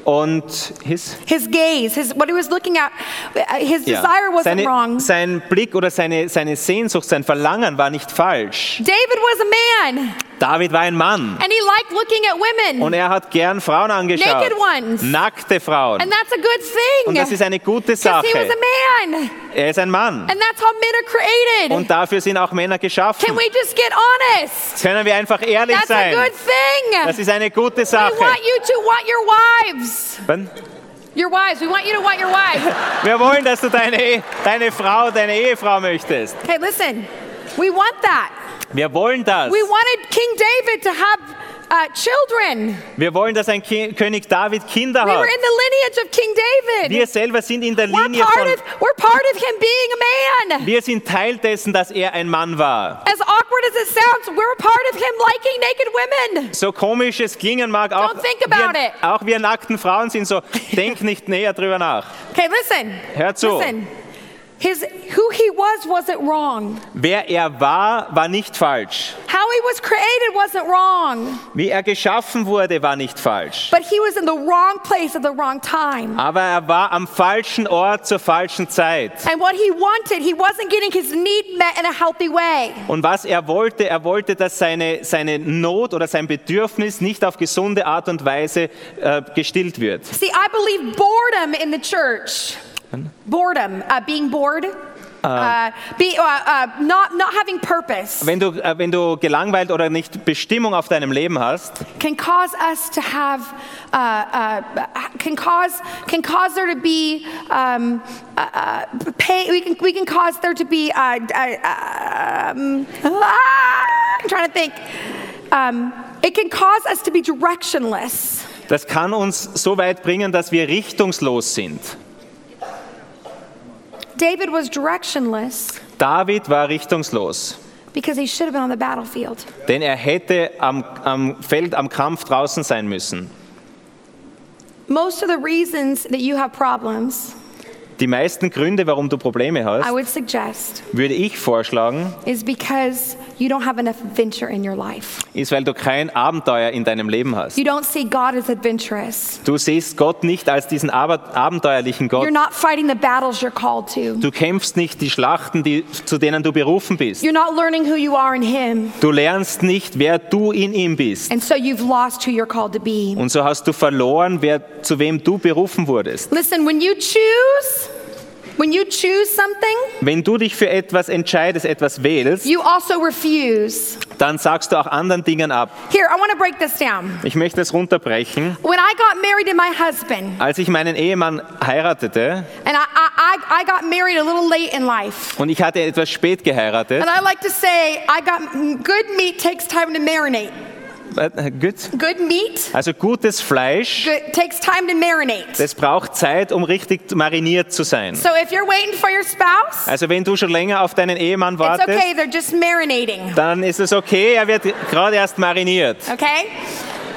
Speaker 1: Und his,
Speaker 2: His gaze, his, what he was looking at, uh, his
Speaker 1: ja.
Speaker 2: desire wasn't
Speaker 1: Seine,
Speaker 2: wrong.
Speaker 1: sein Blick oder seine, seine Sehnsucht, sein Verlangen war nicht falsch.
Speaker 2: David was a man,
Speaker 1: David war ein Mann
Speaker 2: and he liked looking at women.
Speaker 1: und er hat gern Frauen angeschaut.
Speaker 2: Naked ones.
Speaker 1: Nackte Frauen.
Speaker 2: and that's a good
Speaker 1: Und das ist
Speaker 2: thing.
Speaker 1: eine gute
Speaker 2: Because he was
Speaker 1: Sache.
Speaker 2: a man,
Speaker 1: Er ist ein Mann.
Speaker 2: and that's how men are created.
Speaker 1: Und dafür sind auch Männer geschaffen.
Speaker 2: Can we just get honest?
Speaker 1: Können wir einfach ehrlich
Speaker 2: That's a
Speaker 1: sein?
Speaker 2: good
Speaker 1: Das
Speaker 2: thing.
Speaker 1: ist eine gute
Speaker 2: We
Speaker 1: Sache.
Speaker 2: want you to want your wives.
Speaker 1: Wann?
Speaker 2: Your wives. We want you to want your wives.
Speaker 1: Wir wollen, dass du deine, Ehe- deine Frau, deine Ehefrau möchtest.
Speaker 2: Okay, listen. We want that.
Speaker 1: Wir wollen das.
Speaker 2: We wanted King David to have uh, children.
Speaker 1: Wir wollen, dass ein Ki König David Kinder
Speaker 2: We
Speaker 1: hat.
Speaker 2: were in the lineage of King
Speaker 1: Wir
Speaker 2: David.
Speaker 1: selber sind in der
Speaker 2: We're
Speaker 1: Linie
Speaker 2: part
Speaker 1: von.
Speaker 2: of, we're part of him being a man.
Speaker 1: Wir sind Teil dessen, dass er ein Mann war.
Speaker 2: As awkward as it sounds, we're part of him liking naked women.
Speaker 1: So komisch es klingen mag, auch,
Speaker 2: Don't think about
Speaker 1: wir,
Speaker 2: it.
Speaker 1: auch wir nackten Frauen sind so. Denk nicht näher drüber nach.
Speaker 2: Okay, listen.
Speaker 1: Hör zu.
Speaker 2: Listen. His, who he was wasn't wrong.
Speaker 1: Wer er war, war nicht falsch.
Speaker 2: How he was created wasn't wrong.
Speaker 1: Wie er geschaffen wurde, war nicht falsch.
Speaker 2: But he was in the wrong place at the wrong time.
Speaker 1: Aber er war am falschen Ort zur falschen Zeit.
Speaker 2: And what he wanted, he wasn't getting his need met in a healthy way.
Speaker 1: Und was er wollte, er wollte, dass seine, seine Not oder sein Bedürfnis nicht auf gesunde Art und Weise äh, gestillt wird.
Speaker 2: See, I believe boredom in the church. Boredom, uh, being bored, uh, be, uh, uh, not, not having purpose,
Speaker 1: Wenn du, äh, wenn du gelangweilt oder nicht Bestimmung auf deinem Leben hast,
Speaker 2: can cause us to have, uh, uh, can, cause, can cause there to be, um, uh, uh, pay, we, can, we can cause there to be, uh, uh, um, ah, I'm trying to think. Um, it can cause us to be directionless.
Speaker 1: das kann uns so weit bringen, dass wir richtungslos sind.
Speaker 2: David was directionless
Speaker 1: David war richtungslos,
Speaker 2: because he should have been on the battlefield.
Speaker 1: denn er hätte am, am Feld, am Kampf draußen sein müssen.
Speaker 2: Most of the reasons that you have problems,
Speaker 1: Die meisten Gründe, warum du Probleme
Speaker 2: I
Speaker 1: hast,
Speaker 2: would suggest,
Speaker 1: würde ich vorschlagen,
Speaker 2: is because you don't have enough adventure in your life.
Speaker 1: ist, weil du kein Abenteuer in deinem Leben hast.
Speaker 2: You don't see God as adventurous.
Speaker 1: Du siehst Gott nicht als diesen aber- abenteuerlichen Gott.
Speaker 2: You're not fighting the battles you're called to.
Speaker 1: Du kämpfst nicht die Schlachten, die, zu denen du berufen bist.
Speaker 2: You're not learning who you are in Him.
Speaker 1: Du lernst nicht, wer du in ihm bist.
Speaker 2: And so you've lost who you're called to be.
Speaker 1: Und so hast du verloren, wer, zu wem du berufen wurdest.
Speaker 2: Listen, when you choose, when you choose something,
Speaker 1: Wenn du dich für etwas entscheidest, etwas wählst,
Speaker 2: you also refuse.
Speaker 1: dann sagst du auch anderen Dingen ab.
Speaker 2: Here, I want to break this down.
Speaker 1: Ich möchte es runterbrechen.
Speaker 2: When I got married to my husband,
Speaker 1: Als ich meinen Ehemann heiratete
Speaker 2: and I, I, I, I got married a little late in life.
Speaker 1: und ich hatte etwas spät geheiratet,
Speaker 2: And I like to say, I got good meat takes time to marinate.
Speaker 1: Äh, gut.
Speaker 2: Good meat
Speaker 1: also gutes Fleisch,
Speaker 2: good, takes time to marinate.
Speaker 1: das braucht Zeit, um richtig mariniert zu sein.
Speaker 2: So if you're waiting for your spouse,
Speaker 1: Also wenn du schon länger auf deinen Ehemann
Speaker 2: it's
Speaker 1: wartest,
Speaker 2: okay, they're just marinating.
Speaker 1: dann ist es okay, er wird gerade erst mariniert.
Speaker 2: Okay?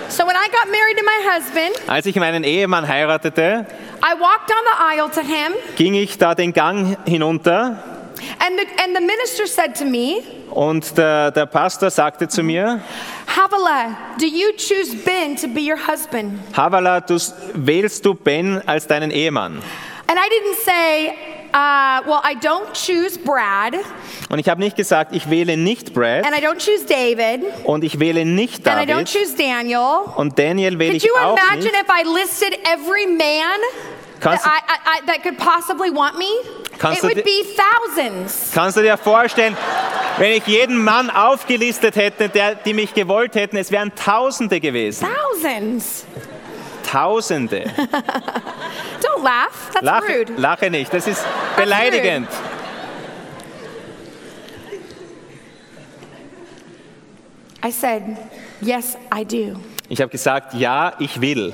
Speaker 2: So when I got married to my husband,
Speaker 1: Als ich meinen Ehemann heiratete,
Speaker 2: I walked down the aisle to him,
Speaker 1: ging ich da den Gang hinunter
Speaker 2: and the, and the minister said to me,
Speaker 1: und der, der Pastor sagte zu mir,
Speaker 2: Havila, do you choose Ben to be your husband?
Speaker 1: Havala, du s- wählst du Ben als deinen Ehemann?
Speaker 2: And I didn't say, uh, well, I don't choose Brad, and
Speaker 1: Und ich habe nicht gesagt, ich wähle nicht Brad
Speaker 2: I don't choose David, and
Speaker 1: und ich wähle nicht
Speaker 2: I don't
Speaker 1: David
Speaker 2: choose Daniel.
Speaker 1: und Daniel wähle
Speaker 2: Could
Speaker 1: ich
Speaker 2: you
Speaker 1: auch
Speaker 2: imagine
Speaker 1: nicht.
Speaker 2: if I listed every man that,
Speaker 1: Kannst-
Speaker 2: I, I, I, that could possibly want me? It
Speaker 1: Kannst du
Speaker 2: would
Speaker 1: di-
Speaker 2: be thousands.
Speaker 1: Kannst du dir vorstellen, wenn ich jeden Mann aufgelistet hätte, der, die mich gewollt hätten, es wären Tausende gewesen.
Speaker 2: Thousands.
Speaker 1: Tausende.
Speaker 2: Don't don't laugh. That's
Speaker 1: Lache,
Speaker 2: rude.
Speaker 1: lache nicht, das ist beleidigend.
Speaker 2: I said, Yes, I do.
Speaker 1: Ich habe gesagt, ja, ich will.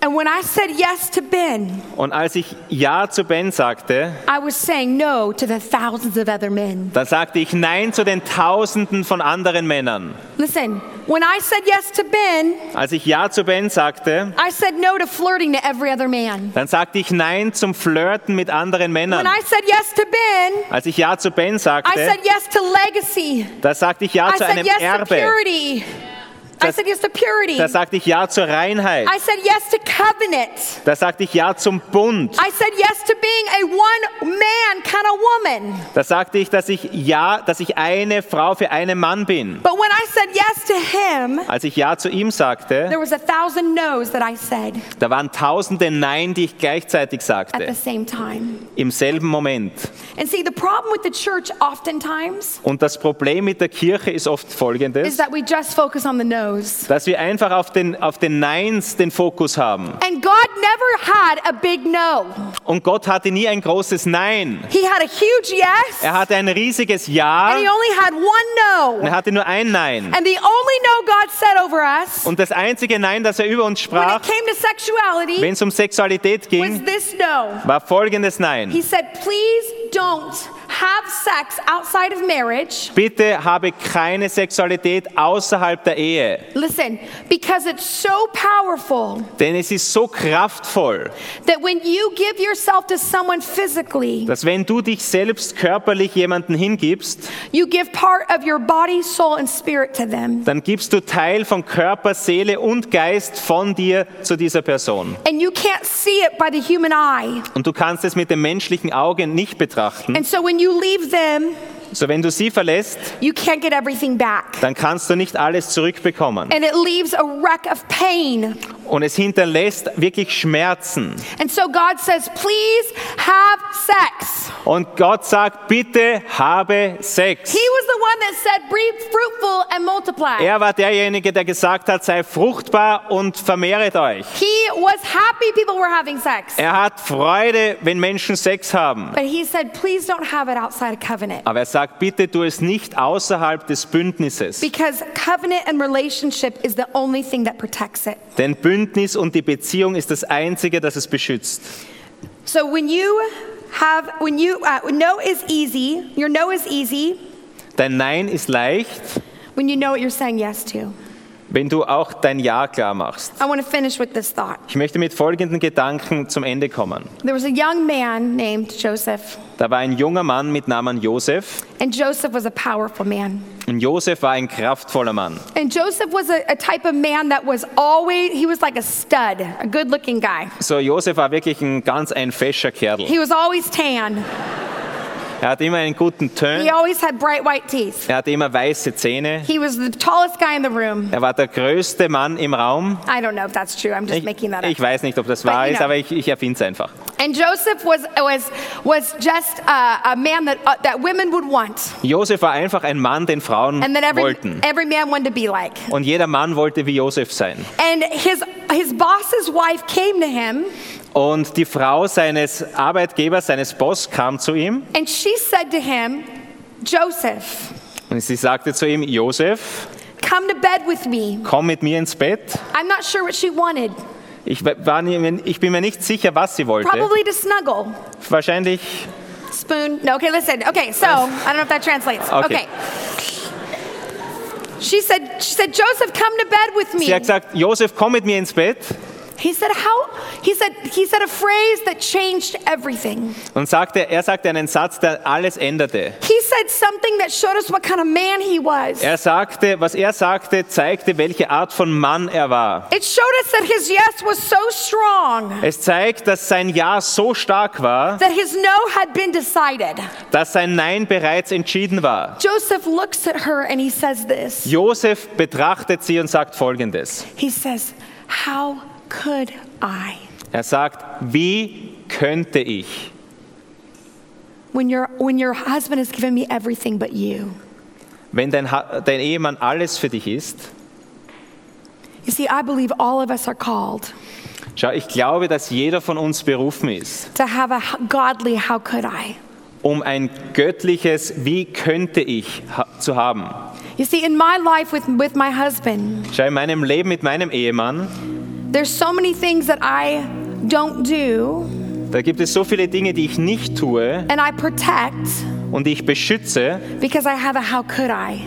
Speaker 2: And when I said yes to Ben,
Speaker 1: Und als ich ja zu Ben sagte,
Speaker 2: I was saying no to the thousands of other men.
Speaker 1: dann sagte ich nein zu den Tausenden von anderen Männern.
Speaker 2: Listen, when I said yes to Ben,
Speaker 1: Als ich ja zu Ben sagte,
Speaker 2: I said no to flirting to every other man.
Speaker 1: dann sagte ich nein zum Flirten mit anderen
Speaker 2: When
Speaker 1: Männern.
Speaker 2: I said yes to Ben,
Speaker 1: Als ich ja zu Ben
Speaker 2: I
Speaker 1: sagte,
Speaker 2: said yes to legacy.
Speaker 1: da sagte ich ja
Speaker 2: I
Speaker 1: zu
Speaker 2: said
Speaker 1: einem
Speaker 2: yes to
Speaker 1: Erbe.
Speaker 2: purity. I
Speaker 1: Das-
Speaker 2: said yes to purity.
Speaker 1: Da sagte ich ja zur Reinheit.
Speaker 2: I said yes to covenant.
Speaker 1: Da sagte ich ja zum Bund.
Speaker 2: I said yes to being a one man kind of woman.
Speaker 1: Da sagte ich, dass ich ja, dass ich eine Frau für einen Mann bin.
Speaker 2: But when I said yes to him,
Speaker 1: Als ich ja zu ihm sagte,
Speaker 2: there was a thousand no's that I said
Speaker 1: da waren tausende Nein, die ich gleichzeitig
Speaker 2: at the
Speaker 1: sagte,
Speaker 2: same time.
Speaker 1: im selben Moment.
Speaker 2: And see, the problem with the church oftentimes
Speaker 1: Und das Problem mit der Kirche ist oft
Speaker 2: is
Speaker 1: folgendes,
Speaker 2: that we just focus on the no's.
Speaker 1: dass wir einfach auf den, auf den Neins den Fokus haben.
Speaker 2: And God never had a big no.
Speaker 1: Und Gott hatte nie ein großes Nein.
Speaker 2: He had a huge yes,
Speaker 1: Er hatte ein riesiges
Speaker 2: and
Speaker 1: Ja
Speaker 2: he only had one
Speaker 1: und
Speaker 2: no.
Speaker 1: er hatte nur ein Nein.
Speaker 2: And the only no God said over us
Speaker 1: Und das einzige Nein, das er über uns
Speaker 2: when it
Speaker 1: sprach,
Speaker 2: came to sexuality
Speaker 1: wenn es um Sexualität
Speaker 2: was
Speaker 1: ging,
Speaker 2: this no.
Speaker 1: war folgendes Nein.
Speaker 2: He said, please don't have sex outside of marriage.
Speaker 1: Bitte habe keine Sexualität außerhalb der Ehe,
Speaker 2: Listen, because it's so powerful
Speaker 1: denn es ist so kraftvoll,
Speaker 2: that when you give yourself to someone physically,
Speaker 1: dass wenn du dich selbst körperlich jemanden hingibst,
Speaker 2: you give part of your body, soul, and spirit to them.
Speaker 1: dann gibst du Teil von Körper, Seele und Geist von dir zu dieser Person.
Speaker 2: And you can't see it by the human eye.
Speaker 1: Und du kannst es mit dem menschlichen Auge nicht betrachten.
Speaker 2: And so when you leave them,
Speaker 1: So wenn du sie verlässt,
Speaker 2: you can't get everything back.
Speaker 1: dann kannst du nicht alles zurückbekommen.
Speaker 2: And it leaves a wreck of pain.
Speaker 1: Und es hinterlässt wirklich Schmerzen.
Speaker 2: And so God says, please have sex.
Speaker 1: Und Gott sagt, bitte habe Sex.
Speaker 2: He was the one that said, be fruitful and multiply.
Speaker 1: Er war derjenige, der gesagt hat, sei fruchtbar und vermehret euch.
Speaker 2: He was happy people were having sex.
Speaker 1: Er hat Freude, wenn Menschen Sex haben.
Speaker 2: But he said, please don't have it outside of covenant.
Speaker 1: Aber er sagt, bitte tu es nicht außerhalb des Bündnisses.
Speaker 2: Because covenant and relationship is the only thing that protects it.
Speaker 1: Denn Bündnis und die Beziehung ist das Einzige, das es beschützt.
Speaker 2: So when you have, when you, uh, no is easy, your no is easy
Speaker 1: Dein Nein ist leicht,
Speaker 2: when you know what you're saying yes to.
Speaker 1: wenn du auch dein Ja klar machst.
Speaker 2: I want to finish with this thought.
Speaker 1: Ich möchte mit folgenden Gedanken zum Ende kommen.
Speaker 2: There was a young man named Joseph,
Speaker 1: Da war ein junger Mann mit Namen Josef.
Speaker 2: and Joseph was a powerful man.
Speaker 1: Und Josef war ein kraftvoller Mann.
Speaker 2: And Joseph was a, a type of man that was always, he was like a stud, a good looking guy.
Speaker 1: So, Josef war wirklich ein ganz ein fescher Kerl.
Speaker 2: He was always tan,
Speaker 1: Er hatte immer einen guten
Speaker 2: he
Speaker 1: Ton.
Speaker 2: always had bright white teeth.
Speaker 1: Er hatte immer weiße Zähne.
Speaker 2: He was the tallest guy in the room.
Speaker 1: Er war der größte Mann im Raum.
Speaker 2: I don't know if that's true. I'm just
Speaker 1: Ich,
Speaker 2: making that
Speaker 1: ich
Speaker 2: up.
Speaker 1: weiß nicht, ob das wahr
Speaker 2: But you
Speaker 1: ist,
Speaker 2: know.
Speaker 1: aber ich, ich erfinde es einfach.
Speaker 2: And Joseph was was was just uh, a man that uh, that women would want,
Speaker 1: Josef war einfach ein Mann, den Frauen
Speaker 2: and that every
Speaker 1: wollten.
Speaker 2: every man wanted to be like.
Speaker 1: Und jeder Mann wollte wie Josef sein.
Speaker 2: And his his boss's wife came to him,
Speaker 1: Und die Frau seines Arbeitgebers, seines Boss, kam zu ihm
Speaker 2: and she said to him, Joseph,
Speaker 1: und sie sagte zu ihm, Josef,
Speaker 2: come to bed with me.
Speaker 1: komm mit mir ins Bett.
Speaker 2: I'm not sure what she wanted.
Speaker 1: Ich, war nie, ich bin mir nicht sicher, was sie wollte.
Speaker 2: Probably to snuggle.
Speaker 1: Wahrscheinlich,
Speaker 2: Spoon. No, okay, listen. Okay, so I don't know if that translates.
Speaker 1: Okay.
Speaker 2: Okay. She said, she said, Joseph, come to bed with me.
Speaker 1: sie hat gesagt, Josef, komm mit mir ins Bett.
Speaker 2: He said how he said he said a phrase that changed everything.
Speaker 1: Und sagte, er sagte einen Satz, der alles änderte.
Speaker 2: He said something that showed us what kind of man he was.
Speaker 1: Er sagte, was er sagte, zeigte, welche Art von Mann er war.
Speaker 2: It showed us that his yes was so strong
Speaker 1: Es zeigt, dass sein Ja so stark war,
Speaker 2: that his no had been decided.
Speaker 1: dass sein Nein bereits entschieden war.
Speaker 2: Joseph looks at her and he says this.
Speaker 1: Josef betrachtet sie und sagt Folgendes.
Speaker 2: He says, "How could I
Speaker 1: Er sagt, wie könnte ich,
Speaker 2: when your when your husband has given me everything but you?"
Speaker 1: wenn dein, Ha- dein Ehemann alles für dich ist?
Speaker 2: You see, I believe all of us are called
Speaker 1: Schau, ich glaube, dass jeder von uns berufen ist,
Speaker 2: to have a h- godly how could I.
Speaker 1: um ein göttliches Wie könnte ich ha zu haben.
Speaker 2: You see, in my life with, with my husband,
Speaker 1: Schau, in meinem Leben mit meinem Ehemann,
Speaker 2: there's so many things that I don't do
Speaker 1: da gibt es so viele Dinge, die ich nicht tue
Speaker 2: and I protect
Speaker 1: und die ich beschütze,
Speaker 2: because I have a how could I.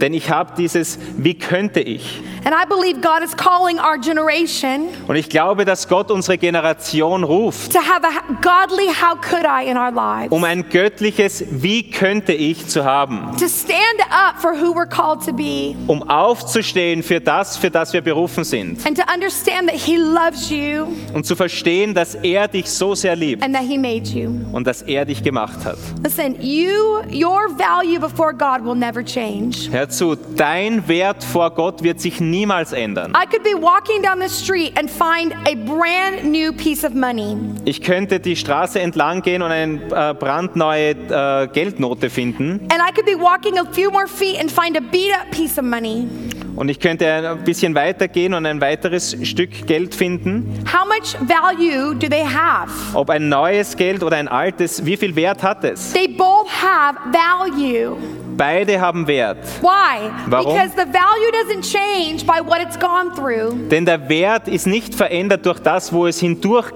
Speaker 1: denn ich habe dieses Wie könnte ich.
Speaker 2: And I believe God is calling our generation
Speaker 1: Und ich glaube, dass Gott unsere Generation ruft,
Speaker 2: to have a h- godly how could I in our lives.
Speaker 1: um ein göttliches Wie könnte ich zu haben,
Speaker 2: to stand up for who we're called to be
Speaker 1: um aufzustehen für das, für das wir berufen sind
Speaker 2: and to understand that He loves you
Speaker 1: und zu verstehen, dass er dich so sehr liebt
Speaker 2: and that He made you.
Speaker 1: und dass er dich gemacht hat.
Speaker 2: Listen, you, your value before God will never change.
Speaker 1: Hör zu, dein Wert vor Gott wird sich niemals ändern.
Speaker 2: I could be walking down the street and find a brand new piece of money.
Speaker 1: Ich könnte die Straße entlang gehen und eine äh, brandneue äh, Geldnote finden
Speaker 2: And I could be walking a few more feet and find a beat up piece of money.
Speaker 1: und ich könnte ein bisschen weiter gehen und ein weiteres Stück Geld finden.
Speaker 2: How much value do they have?
Speaker 1: Ob ein neues Geld oder ein altes, wie viel Wert hat es?
Speaker 2: They both have value.
Speaker 1: Beide haben Wert.
Speaker 2: Why?
Speaker 1: Warum?
Speaker 2: Because the value doesn't change by what it's gone through.
Speaker 1: Denn der Wert ist nicht verändert durch das, wo es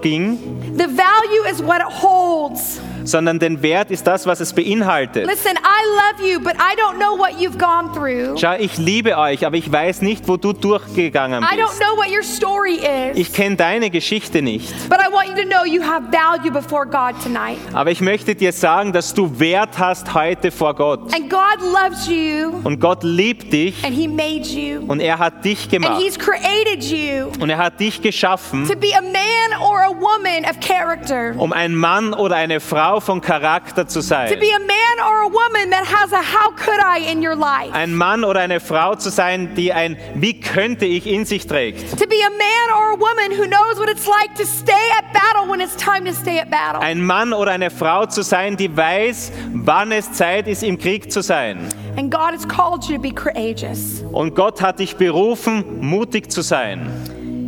Speaker 1: hindurchging,
Speaker 2: The value is what it holds.
Speaker 1: sondern den Wert ist das, was es beinhaltet.
Speaker 2: Listen, I love you, but I don't know what you've gone through.
Speaker 1: Schau, ich liebe euch, aber ich weiß nicht, wo du durchgegangen
Speaker 2: I don't
Speaker 1: bist.
Speaker 2: know what your story is,
Speaker 1: Ich kenne deine Geschichte nicht.
Speaker 2: but I want you to know you have value before God tonight.
Speaker 1: Aber ich möchte dir sagen, dass du Wert hast heute vor Gott.
Speaker 2: And God loves you,
Speaker 1: Und Gott liebt dich
Speaker 2: and He made you,
Speaker 1: und er hat dich
Speaker 2: and
Speaker 1: gemacht.
Speaker 2: He's created you
Speaker 1: Und er hat dich geschaffen,
Speaker 2: to be a man or a woman of character,
Speaker 1: um ein Mann oder eine Frau von Charakter zu
Speaker 2: to
Speaker 1: sein.
Speaker 2: be a man or a woman that has a how could I in your life,
Speaker 1: Ein Mann oder eine Frau zu sein, die ein Wie könnte ich in sich trägt.
Speaker 2: to be a man or a woman who knows what it's like to stay at battle when it's time to stay at battle.
Speaker 1: Ein Mann oder eine Frau zu sein, die weiß, wann es Zeit ist, im Krieg zu sein.
Speaker 2: And God has called you to be courageous.
Speaker 1: Und Gott hat dich berufen, mutig zu sein.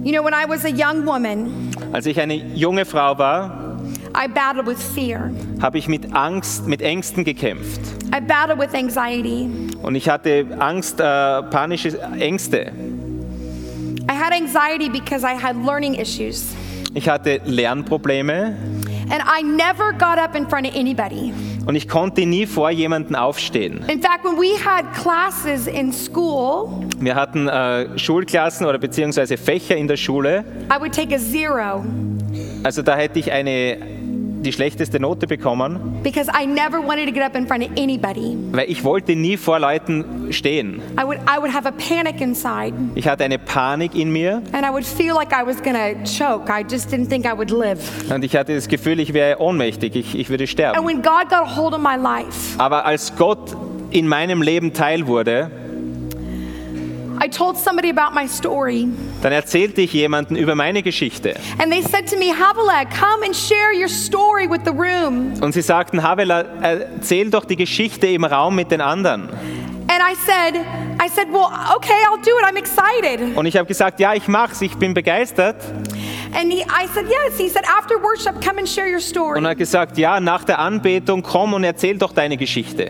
Speaker 2: You know, when I was a young woman,
Speaker 1: Als ich eine junge Frau war,
Speaker 2: I battled with fear.
Speaker 1: habe ich mit Angst, mit Ängsten gekämpft.
Speaker 2: I battled with anxiety.
Speaker 1: Und ich hatte Angst, äh, panische Ängste.
Speaker 2: I had anxiety because I had learning issues.
Speaker 1: Ich hatte Lernprobleme
Speaker 2: And I never got up in front of anybody.
Speaker 1: und ich konnte nie vor jemanden aufstehen.
Speaker 2: In fact, when we had classes in school,
Speaker 1: Wir hatten äh, Schulklassen oder beziehungsweise Fächer in der Schule.
Speaker 2: I would take a zero
Speaker 1: Also da hätte ich eine, die schlechteste Note bekommen,
Speaker 2: because I never wanted to get up in front of anybody.
Speaker 1: weil ich wollte nie vor Leuten stehen.
Speaker 2: I would, I would have a panic inside
Speaker 1: Ich hatte eine Panik in mir
Speaker 2: and I would feel like I was gonna choke. I just didn't think I would live.
Speaker 1: und ich hatte das Gefühl, ich wäre ohnmächtig, ich, ich würde
Speaker 2: And
Speaker 1: sterben.
Speaker 2: when God got a hold of my life,
Speaker 1: Aber als Gott in meinem Leben teil wurde,
Speaker 2: I told somebody about my story.
Speaker 1: dann erzählte ich jemanden über meine Geschichte.
Speaker 2: And they said to me, Havila, come and share your story with the room.
Speaker 1: Und sie sagten, Havela, erzähl doch die Geschichte im Raum mit den anderen.
Speaker 2: And I said, I said, well, okay, I'll do it. I'm excited.
Speaker 1: Und ich habe gesagt, ja, ich mach's, ich bin begeistert.
Speaker 2: And he, I said, yes. He said, after worship, come and share your story.
Speaker 1: Und er hat gesagt, ja, nach der Anbetung komm und erzähl doch deine Geschichte.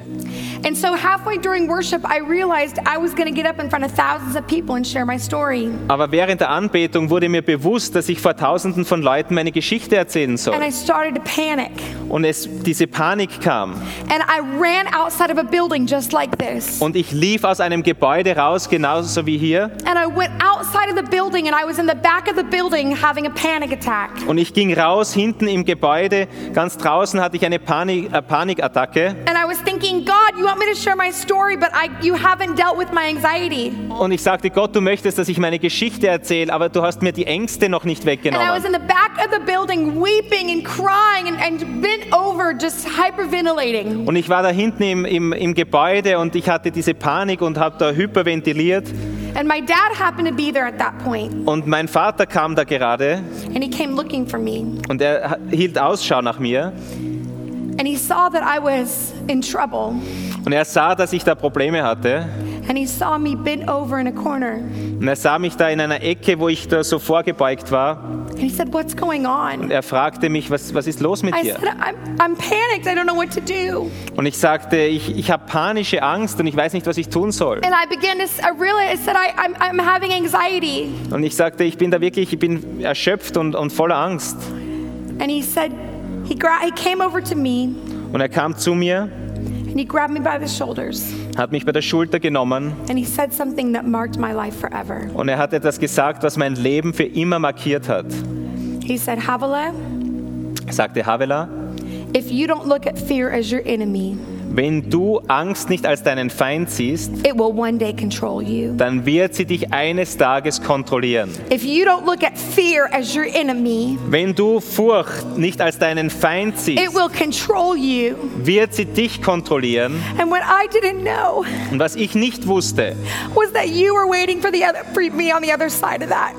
Speaker 2: And so halfway during worship, I realized I was going to get up in front of thousands of people and share my story.
Speaker 1: Aber während der Anbetung wurde mir bewusst, dass ich vor Tausenden von Leuten meine Geschichte erzählen
Speaker 2: And I
Speaker 1: soll.
Speaker 2: started to panic.
Speaker 1: Und es diese Panik kam.
Speaker 2: And I ran outside of a building just like this.
Speaker 1: Und ich lief aus einem Gebäude raus, genauso wie hier.
Speaker 2: And I went outside of the building and I was in the back of the building having a panic attack.
Speaker 1: Und ich ging raus, hinten im Gebäude, ganz draußen hatte ich eine Panik, äh, Panikattacke.
Speaker 2: And I was thinking, God, you want me to share my story, but I, you haven't dealt with my anxiety.
Speaker 1: Und ich sagte, Gott, du möchtest, dass ich meine Geschichte erzähle, aber du hast mir die Ängste noch nicht
Speaker 2: And I was
Speaker 1: weggenommen.
Speaker 2: in the back of the building weeping and crying and, and bent over, just hyperventilating.
Speaker 1: Und ich war da hinten im, im, im Gebäude und ich hatte diese Panik und habe da hyperventiliert.
Speaker 2: And my dad happened to be there at that point,
Speaker 1: Und mein Vater kam da gerade
Speaker 2: and he came looking for me.
Speaker 1: und er ha- hielt Ausschau nach mir.
Speaker 2: And he saw that I was in trouble,
Speaker 1: Und er sah, dass ich da Probleme hatte.
Speaker 2: and he saw me bent over in a corner.
Speaker 1: Und er sah mich da in einer Ecke, wo ich da so vorgebeugt war.
Speaker 2: And he said, What's going on?
Speaker 1: Er fragte mich, was, was ist los mit
Speaker 2: I
Speaker 1: dir?
Speaker 2: said, I'm, I'm panicked. I don't know what to do.
Speaker 1: Und ich sagte, ich, ich habe panische Angst und ich weiß nicht, was ich tun soll.
Speaker 2: And I began to, s- I realized that I, I'm, I'm having anxiety.
Speaker 1: Und ich sagte, ich bin da wirklich, ich bin erschöpft und, und voller Angst.
Speaker 2: And he said, he, gra- he came over to me
Speaker 1: Und er kam zu mir,
Speaker 2: and he grabbed me by the shoulders
Speaker 1: hat mich bei der Schulter genommen
Speaker 2: and he said something that marked my life forever.
Speaker 1: und er hat etwas gesagt, was mein Leben für immer markiert hat.
Speaker 2: He said, Havila,
Speaker 1: Er sagte Havela,
Speaker 2: if you don't look at fear as your enemy,
Speaker 1: wenn du Angst nicht als deinen Feind siehst,
Speaker 2: it will one day control you.
Speaker 1: dann wird sie dich eines Tages kontrollieren.
Speaker 2: If you don't look at fear as your enemy,
Speaker 1: Wenn du Furcht nicht als deinen Feind
Speaker 2: it
Speaker 1: siehst,
Speaker 2: will control you.
Speaker 1: wird sie dich kontrollieren.
Speaker 2: And what I didn't know
Speaker 1: Und was ich nicht wusste,
Speaker 2: was that you were waiting for the other for me on the other side of that.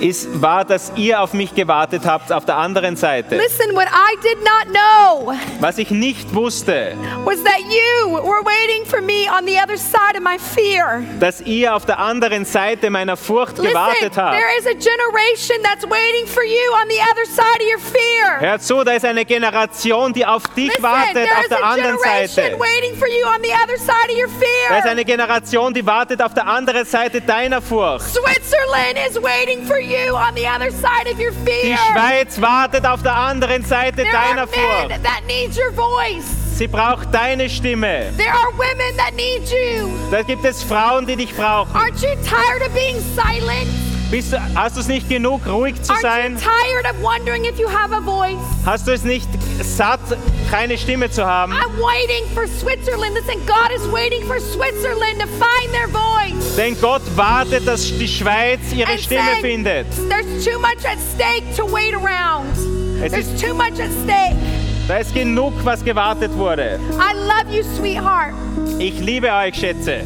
Speaker 1: ist, war, dass ihr auf mich gewartet habt auf der anderen Seite.
Speaker 2: Listen, what I did not know
Speaker 1: Was ich nicht wusste,
Speaker 2: was that you were waiting for me on the other side of my fear.
Speaker 1: dass ihr auf der anderen Seite meiner Furcht
Speaker 2: Listen,
Speaker 1: gewartet habt.
Speaker 2: there is a generation that's waiting for you on the other side of your fear.
Speaker 1: Hör zu, da ist eine Generation, die auf dich
Speaker 2: Listen,
Speaker 1: wartet
Speaker 2: there
Speaker 1: auf
Speaker 2: is a
Speaker 1: der anderen
Speaker 2: generation
Speaker 1: Seite.
Speaker 2: waiting for you on the other side of your
Speaker 1: Da ist
Speaker 2: fear.
Speaker 1: eine Generation, die wartet auf der anderen Seite deiner Furcht.
Speaker 2: Switzerland is waiting for you on the other side of your
Speaker 1: Die
Speaker 2: fear.
Speaker 1: Schweiz wartet auf der anderen Seite
Speaker 2: There
Speaker 1: deiner
Speaker 2: are men
Speaker 1: Furcht.
Speaker 2: that need your voice.
Speaker 1: Sie braucht deine Stimme.
Speaker 2: There are women that need you.
Speaker 1: Da gibt es Frauen, die dich brauchen.
Speaker 2: Aren't you tired of being silent?
Speaker 1: Bist du, hast du es nicht genug, ruhig zu
Speaker 2: Aren't
Speaker 1: sein?
Speaker 2: you tired of wondering if you have a voice?
Speaker 1: Hast du es nicht satt, keine Stimme zu haben?
Speaker 2: I'm waiting for Switzerland. Listen, God is waiting for Switzerland to find their voice.
Speaker 1: Denn Gott wartet, dass die Schweiz ihre
Speaker 2: And
Speaker 1: Stimme
Speaker 2: saying,
Speaker 1: findet.
Speaker 2: There's too much at stake to wait around.
Speaker 1: Es
Speaker 2: There's
Speaker 1: ist-
Speaker 2: too much at stake.
Speaker 1: Da ist genug, was gewartet wurde.
Speaker 2: I love you, sweetheart.
Speaker 1: Ich liebe euch, Schätze.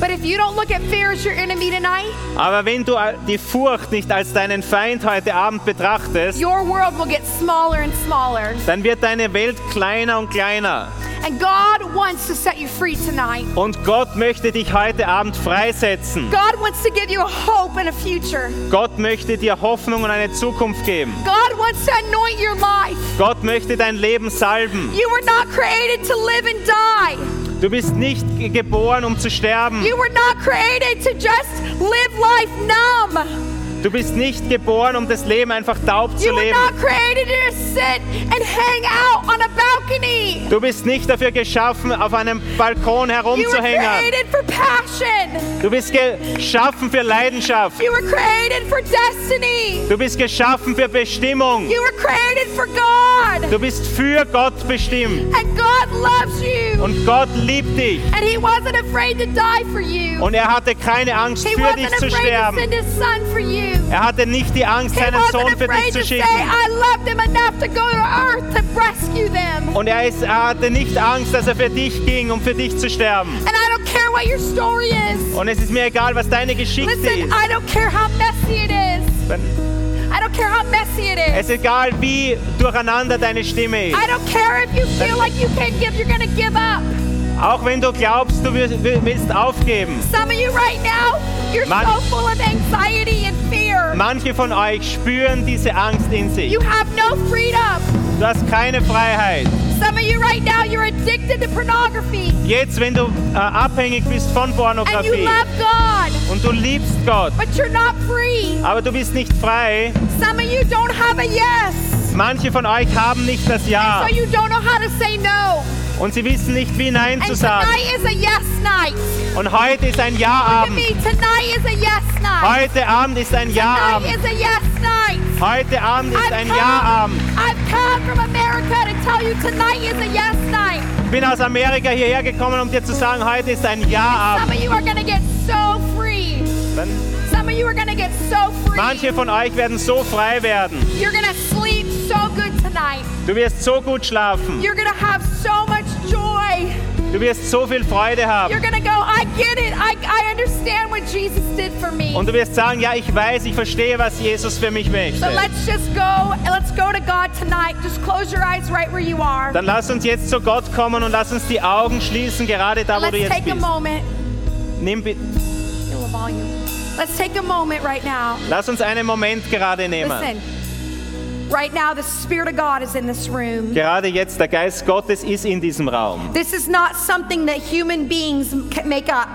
Speaker 2: But if you don't look at fear as your enemy tonight,
Speaker 1: Aber wenn du die Furcht nicht als deinen Feind heute Abend betrachtest,
Speaker 2: your world will get smaller and smaller.
Speaker 1: dann wird deine Welt kleiner und kleiner.
Speaker 2: And God wants to set you free tonight.
Speaker 1: Und Gott möchte dich heute Abend freisetzen.
Speaker 2: God wants to give you a hope and a future.
Speaker 1: Gott möchte dir Hoffnung und eine Zukunft geben.
Speaker 2: God wants to anoint your life.
Speaker 1: Gott möchte dein Leben salben.
Speaker 2: You were not created to live and die.
Speaker 1: Du bist nicht ge- geboren, um zu sterben.
Speaker 2: You were not created to just live life numb.
Speaker 1: Du bist nicht geboren, um das Leben einfach taub zu
Speaker 2: You were
Speaker 1: leben.
Speaker 2: not created to sit and hang out on a balcony.
Speaker 1: Du bist nicht dafür geschaffen, auf einem Balkon
Speaker 2: You were
Speaker 1: herumzuhängen.
Speaker 2: created for passion.
Speaker 1: Du bist geschaffen für Leidenschaft.
Speaker 2: You were created for destiny.
Speaker 1: Du bist geschaffen für Bestimmung.
Speaker 2: You were created for God.
Speaker 1: Du bist für Gott bestimmt.
Speaker 2: And God loves you.
Speaker 1: Und Gott liebt dich.
Speaker 2: And He wasn't afraid to die for you.
Speaker 1: Und er hatte keine Angst,
Speaker 2: He
Speaker 1: für dich
Speaker 2: wasn't
Speaker 1: zu
Speaker 2: afraid to
Speaker 1: sterben.
Speaker 2: send His Son for you.
Speaker 1: Er hatte nicht die Angst,
Speaker 2: He
Speaker 1: seinen Sohn
Speaker 2: wasn't
Speaker 1: für
Speaker 2: afraid
Speaker 1: dich
Speaker 2: to
Speaker 1: zu
Speaker 2: say,
Speaker 1: schicken.
Speaker 2: I loved him enough to go to earth to rescue them.
Speaker 1: Und er, ist, er hatte nicht Angst, dass er für dich ging, um für dich zu sterben.
Speaker 2: And I don't care what your story is.
Speaker 1: Und es ist mir egal, was deine Geschichte
Speaker 2: Listen,
Speaker 1: ist.
Speaker 2: I don't care how messy it is. I don't care how messy it
Speaker 1: Es
Speaker 2: is.
Speaker 1: ist egal, wie durcheinander deine Stimme ist.
Speaker 2: I don't care if you feel like you can't give, you're going to give up.
Speaker 1: Auch wenn du glaubst, du wirst- willst aufgeben.
Speaker 2: Some of you right now, you're
Speaker 1: Man-
Speaker 2: so full of anxiety and fear.
Speaker 1: Manche von euch spüren diese Angst in sich.
Speaker 2: You have no freedom.
Speaker 1: Du hast keine Freiheit.
Speaker 2: Some of you right now, you're addicted to pornography.
Speaker 1: Jetzt, wenn du äh, abhängig bist von
Speaker 2: And you
Speaker 1: Pornografie
Speaker 2: love God,
Speaker 1: und du liebst Gott,
Speaker 2: but you're not free.
Speaker 1: aber du bist nicht frei,
Speaker 2: Some of you don't have a yes.
Speaker 1: manche von euch haben nicht das
Speaker 2: So
Speaker 1: Ja
Speaker 2: you don't know how to say no.
Speaker 1: und sie wissen nicht, wie Nein zu
Speaker 2: And
Speaker 1: sagen.
Speaker 2: tonight is a yes night.
Speaker 1: Und heute ist ein
Speaker 2: Look at me.
Speaker 1: Ja-Abend.
Speaker 2: Tonight is a yes night.
Speaker 1: Heute Abend ist ein
Speaker 2: Tonight
Speaker 1: Ja-Abend.
Speaker 2: is a yes night.
Speaker 1: Heute Abend ist ein
Speaker 2: I've come,
Speaker 1: Ja-Abend.
Speaker 2: I've come from America to tell you tonight is a yes night.
Speaker 1: Ich bin aus Amerika hierher gekommen, um dir zu sagen, heute ist ein Ja-Abend.
Speaker 2: Some of you are going to get so free. Some of you are going to get so free.
Speaker 1: Manche von euch werden so frei werden.
Speaker 2: You're going to sleep so good tonight.
Speaker 1: Du wirst so gut schlafen.
Speaker 2: You're going to have so much joy.
Speaker 1: Du wirst so viel Freude haben.
Speaker 2: You're going to go, I get it. I, I understand what Jesus did for me.
Speaker 1: Und du wirst sagen, ja, ich weiß, ich verstehe, was Jesus für mich möchte.
Speaker 2: So let's just go and let's go to God tonight. Just close your eyes right where you are.
Speaker 1: Dann lass uns jetzt zu Gott kommen und lass uns die Augen schließen, gerade da, wo
Speaker 2: Let's
Speaker 1: du jetzt
Speaker 2: take a
Speaker 1: bist.
Speaker 2: moment.
Speaker 1: Nimm, bi-
Speaker 2: Feel the volume. Let's take a moment right now.
Speaker 1: lass uns einen Moment gerade nehmen.
Speaker 2: Listen, Right now, the Spirit of God is in this room.
Speaker 1: Gerade jetzt, der Geist Gottes ist in diesem Raum.
Speaker 2: This is not something that human beings ca- make up.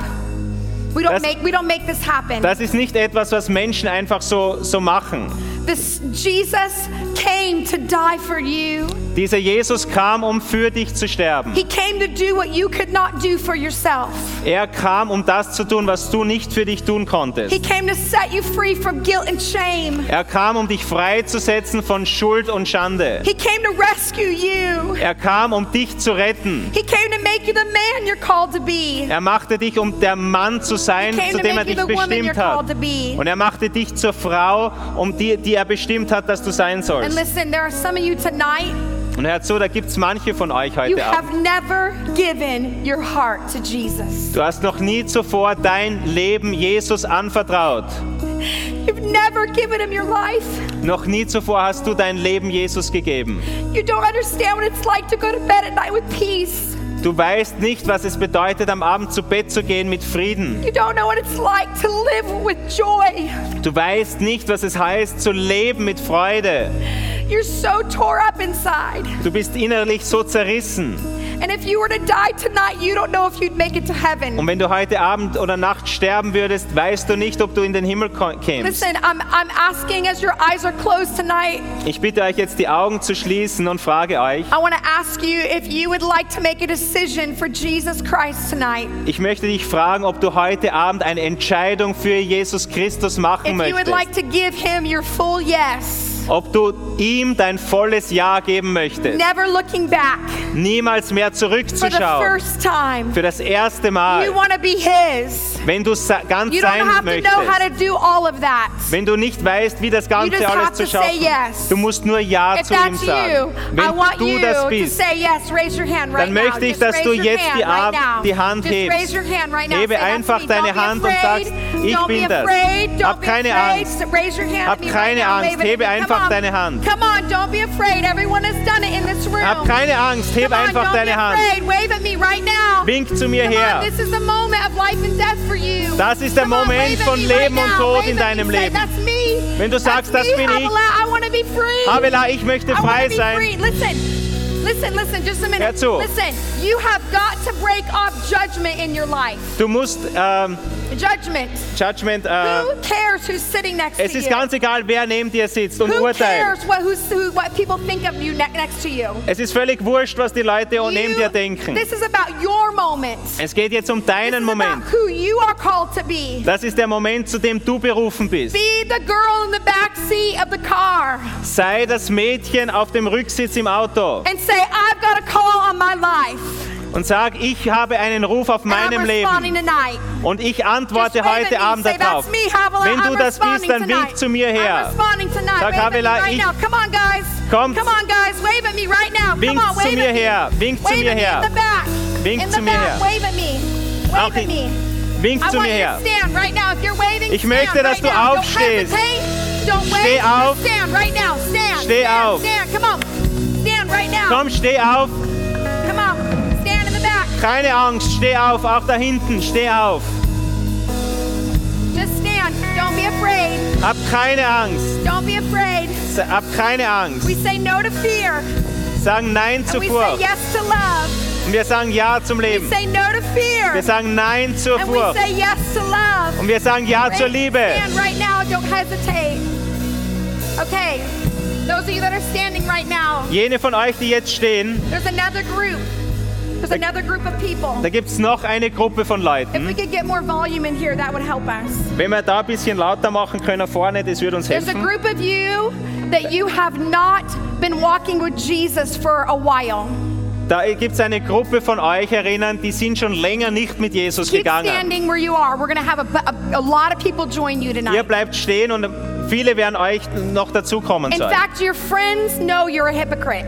Speaker 2: We don't
Speaker 1: That's-
Speaker 2: make we don't make this happen.
Speaker 1: Das ist nicht etwas, was Menschen einfach so, so machen.
Speaker 2: This Jesus came to die for you.
Speaker 1: Dieser Jesus kam, um für dich zu sterben.
Speaker 2: He came to do what you could not do for yourself.
Speaker 1: Er kam, um das zu tun, was du nicht für dich tun
Speaker 2: He
Speaker 1: konntest.
Speaker 2: came to set you free from guilt and shame.
Speaker 1: Er kam, um dich freizusetzen von Schuld und Schande.
Speaker 2: He came to rescue you.
Speaker 1: Er kam, um dich zu retten.
Speaker 2: He came to make you the man you're called to be.
Speaker 1: Er machte dich, um der Mann zu sein,
Speaker 2: He came
Speaker 1: zu
Speaker 2: to
Speaker 1: dem er
Speaker 2: make you
Speaker 1: dich
Speaker 2: the woman you're
Speaker 1: bestimmt hat.
Speaker 2: called to be.
Speaker 1: Und er machte dich zur Frau, um die, die er bestimmt hat, dass du sein
Speaker 2: And
Speaker 1: sollst.
Speaker 2: listen, there are some of you tonight,
Speaker 1: Und hör zu, da gibt es manche von euch
Speaker 2: you
Speaker 1: heute Abend.
Speaker 2: have never given your heart to Jesus.
Speaker 1: Du hast noch nie zuvor dein Leben Jesus anvertraut.
Speaker 2: You've never given him your life.
Speaker 1: Noch nie zuvor hast du dein Leben Jesus gegeben.
Speaker 2: You don't understand what it's like to go to bed at night with peace.
Speaker 1: Du weißt nicht, was es bedeutet, am Abend zu Bett zu gehen mit Frieden.
Speaker 2: You don't know what it's like to live with joy.
Speaker 1: Du weißt nicht, was es heißt, zu leben mit Freude.
Speaker 2: You're so tore up inside.
Speaker 1: Du bist innerlich so zerrissen.
Speaker 2: And if you were to die tonight, you don't know if you'd make it to
Speaker 1: Und
Speaker 2: heaven.
Speaker 1: wenn du heute Abend oder Nacht sterben würdest, weißt du nicht, ob du in den Himmel ko- kämst.
Speaker 2: Listen, I'm, I'm asking as your eyes are closed tonight,
Speaker 1: Ich bitte euch jetzt, die Augen zu schließen und frage euch.
Speaker 2: I want to ask you if you would like to make a decision for Jesus Christ tonight.
Speaker 1: Ich möchte dich fragen, ob du heute Abend eine Entscheidung für Jesus Christus machen
Speaker 2: If you would
Speaker 1: möchtest.
Speaker 2: like to give him your full yes,
Speaker 1: Ob du ihm dein volles Ja geben möchtest.
Speaker 2: never looking back
Speaker 1: Niemals mehr
Speaker 2: for the
Speaker 1: zurückzuschauen.
Speaker 2: first time.
Speaker 1: Für das erste Mal,
Speaker 2: You want to be his.
Speaker 1: wenn du sa- ganz
Speaker 2: You don't
Speaker 1: sein
Speaker 2: have to know
Speaker 1: möchtest.
Speaker 2: how to do all of that.
Speaker 1: Wenn du nicht weißt, wie das
Speaker 2: You
Speaker 1: Ganze
Speaker 2: just
Speaker 1: alles
Speaker 2: have
Speaker 1: zu
Speaker 2: to say
Speaker 1: schaffen,
Speaker 2: yes.
Speaker 1: du musst nur Ja
Speaker 2: If
Speaker 1: zu ihm
Speaker 2: that's you,
Speaker 1: sagen.
Speaker 2: I want
Speaker 1: Wenn
Speaker 2: you
Speaker 1: du das
Speaker 2: to
Speaker 1: bist,
Speaker 2: say yes, raise your hand right
Speaker 1: dann
Speaker 2: now.
Speaker 1: möchte ich,
Speaker 2: Just
Speaker 1: dass
Speaker 2: raise
Speaker 1: du
Speaker 2: your
Speaker 1: jetzt
Speaker 2: hand
Speaker 1: die
Speaker 2: right
Speaker 1: Ab-
Speaker 2: now.
Speaker 1: die Hand
Speaker 2: Just
Speaker 1: hebst.
Speaker 2: raise your hand right now.
Speaker 1: Hebe
Speaker 2: Say, that's
Speaker 1: einfach
Speaker 2: me.
Speaker 1: deine
Speaker 2: Don't be
Speaker 1: Hand und
Speaker 2: afraid.
Speaker 1: sagst, ich
Speaker 2: Don't be
Speaker 1: bin das.
Speaker 2: afraid. Don't
Speaker 1: Hab
Speaker 2: be
Speaker 1: keine
Speaker 2: afraid.
Speaker 1: Angst.
Speaker 2: So Raise your hand
Speaker 1: Hab
Speaker 2: to me
Speaker 1: keine
Speaker 2: right now.
Speaker 1: Angst.
Speaker 2: Wave it
Speaker 1: Hebe
Speaker 2: at me.
Speaker 1: einfach
Speaker 2: Come on.
Speaker 1: deine Hand.
Speaker 2: Come on, don't be afraid. Everyone has done it in this room.
Speaker 1: hab keine Angst, heb
Speaker 2: Come on,
Speaker 1: einfach
Speaker 2: don't be
Speaker 1: deine Hand.
Speaker 2: afraid. Wave at me right now.
Speaker 1: Wink zu mir
Speaker 2: Come
Speaker 1: her.
Speaker 2: on, this is the moment of life and death for you.
Speaker 1: Das ist der
Speaker 2: Come on,
Speaker 1: Moment
Speaker 2: wave at
Speaker 1: von
Speaker 2: me
Speaker 1: Leben
Speaker 2: right
Speaker 1: und
Speaker 2: now.
Speaker 1: Tod
Speaker 2: Wave
Speaker 1: in
Speaker 2: at
Speaker 1: deinem
Speaker 2: me. Say,
Speaker 1: Leben.
Speaker 2: that's me.
Speaker 1: Wenn du sagst,
Speaker 2: that's
Speaker 1: das
Speaker 2: me,
Speaker 1: bin ich.
Speaker 2: Havela, I wanna be free.
Speaker 1: Havela, ich möchte
Speaker 2: I wanna
Speaker 1: frei
Speaker 2: be free.
Speaker 1: sein.
Speaker 2: Listen, listen, listen, just a
Speaker 1: Hör
Speaker 2: minute.
Speaker 1: zu.
Speaker 2: Listen, you have got to break off judgment in your life.
Speaker 1: Du musst ähm,
Speaker 2: Judgment.
Speaker 1: Judgment. Äh,
Speaker 2: Who cares who's sitting next
Speaker 1: es
Speaker 2: to
Speaker 1: ist
Speaker 2: you?
Speaker 1: ganz egal, wer neben dir sitzt um und
Speaker 2: who
Speaker 1: urteilt.
Speaker 2: cares what, who's, who, what people think of you ne- next to you?
Speaker 1: Es ist völlig wurscht, was die Leute
Speaker 2: You-
Speaker 1: neben dir denken.
Speaker 2: This is about your moment.
Speaker 1: Es geht jetzt um deinen
Speaker 2: this is about
Speaker 1: Moment.
Speaker 2: who you are called to be.
Speaker 1: Das ist der Moment, zu dem du berufen bist.
Speaker 2: Be the girl in the back seat of the car
Speaker 1: Sei das Mädchen auf dem Rücksitz im Auto
Speaker 2: and say, I've got a call on my life.
Speaker 1: und sag, ich habe einen Ruf auf
Speaker 2: and
Speaker 1: meinem
Speaker 2: I'm
Speaker 1: Leben
Speaker 2: responding tonight.
Speaker 1: und ich antworte
Speaker 2: Just wave at
Speaker 1: heute
Speaker 2: me.
Speaker 1: Abend
Speaker 2: Say,
Speaker 1: darauf.
Speaker 2: "That's me, Havela.
Speaker 1: Wenn
Speaker 2: I'm
Speaker 1: du das bist,
Speaker 2: responding
Speaker 1: dann wink
Speaker 2: tonight.
Speaker 1: zu mir
Speaker 2: I'm
Speaker 1: her.
Speaker 2: responding tonight. Wave
Speaker 1: Sag,
Speaker 2: at me
Speaker 1: Havela,
Speaker 2: right
Speaker 1: ich-
Speaker 2: now. Come on, guys.
Speaker 1: Kommt.
Speaker 2: Come on, guys. Wave at me right now. Come
Speaker 1: Wink
Speaker 2: on,
Speaker 1: zu
Speaker 2: wave
Speaker 1: mir
Speaker 2: at me.
Speaker 1: her. Wink zu
Speaker 2: wave
Speaker 1: mir
Speaker 2: at
Speaker 1: her.
Speaker 2: Me in the back.
Speaker 1: Wink
Speaker 2: in
Speaker 1: zu
Speaker 2: the
Speaker 1: mir
Speaker 2: back.
Speaker 1: her.
Speaker 2: Wink Wave at me. Wave
Speaker 1: Auch
Speaker 2: at
Speaker 1: hin-
Speaker 2: me.
Speaker 1: Wink
Speaker 2: I
Speaker 1: zu
Speaker 2: want
Speaker 1: mir
Speaker 2: you
Speaker 1: her.
Speaker 2: to stand right now. If you're waving,
Speaker 1: Ich
Speaker 2: stand
Speaker 1: möchte, dass
Speaker 2: right
Speaker 1: du
Speaker 2: now. Don't
Speaker 1: aufstehst.
Speaker 2: hesitate. Don't wait.
Speaker 1: Steh auf.
Speaker 2: Stand right now. Stand.
Speaker 1: Steh
Speaker 2: stand,
Speaker 1: auf.
Speaker 2: Stand. Come on. Stand right now.
Speaker 1: Komm, steh auf.
Speaker 2: Come on. Stand in the back.
Speaker 1: Keine Angst, steh auf. Auch da hinten, steh auf.
Speaker 2: Just stand. Don't be afraid.
Speaker 1: Hab keine Angst.
Speaker 2: Don't be afraid.
Speaker 1: Hab keine Angst.
Speaker 2: We say no to fear.
Speaker 1: Sagen Nein
Speaker 2: And
Speaker 1: zur
Speaker 2: we say
Speaker 1: Furcht.
Speaker 2: yes to love.
Speaker 1: Und wir sagen Ja zum
Speaker 2: We
Speaker 1: Leben.
Speaker 2: say no to
Speaker 1: Wir
Speaker 2: fear.
Speaker 1: sagen Nein zur
Speaker 2: And we
Speaker 1: Furcht.
Speaker 2: say yes to love.
Speaker 1: Und wir sagen Ja zur Liebe.
Speaker 2: Stand right now. Don't hesitate. Okay. Those of you that are standing right now,
Speaker 1: Jene von euch, die jetzt stehen,
Speaker 2: there's another group. There's another group of people.
Speaker 1: da gibt es noch eine Gruppe von
Speaker 2: If we
Speaker 1: Leuten.
Speaker 2: could get more volume in here, that would help us.
Speaker 1: Wenn wir da ein bisschen lauter machen können vorne, das würde uns
Speaker 2: There's a
Speaker 1: helfen.
Speaker 2: group of you that you have not been walking with Jesus for a while.
Speaker 1: Da gibt es eine Gruppe von euch erinnern, die sind schon länger nicht mit Jesus
Speaker 2: Keep
Speaker 1: gegangen.
Speaker 2: standing where you are. We're going to have a, a, a lot of people join you
Speaker 1: Ihr
Speaker 2: tonight.
Speaker 1: bleibt stehen und viele werden euch noch dazukommen
Speaker 2: In
Speaker 1: sollen.
Speaker 2: fact, your friends know you're a hypocrite.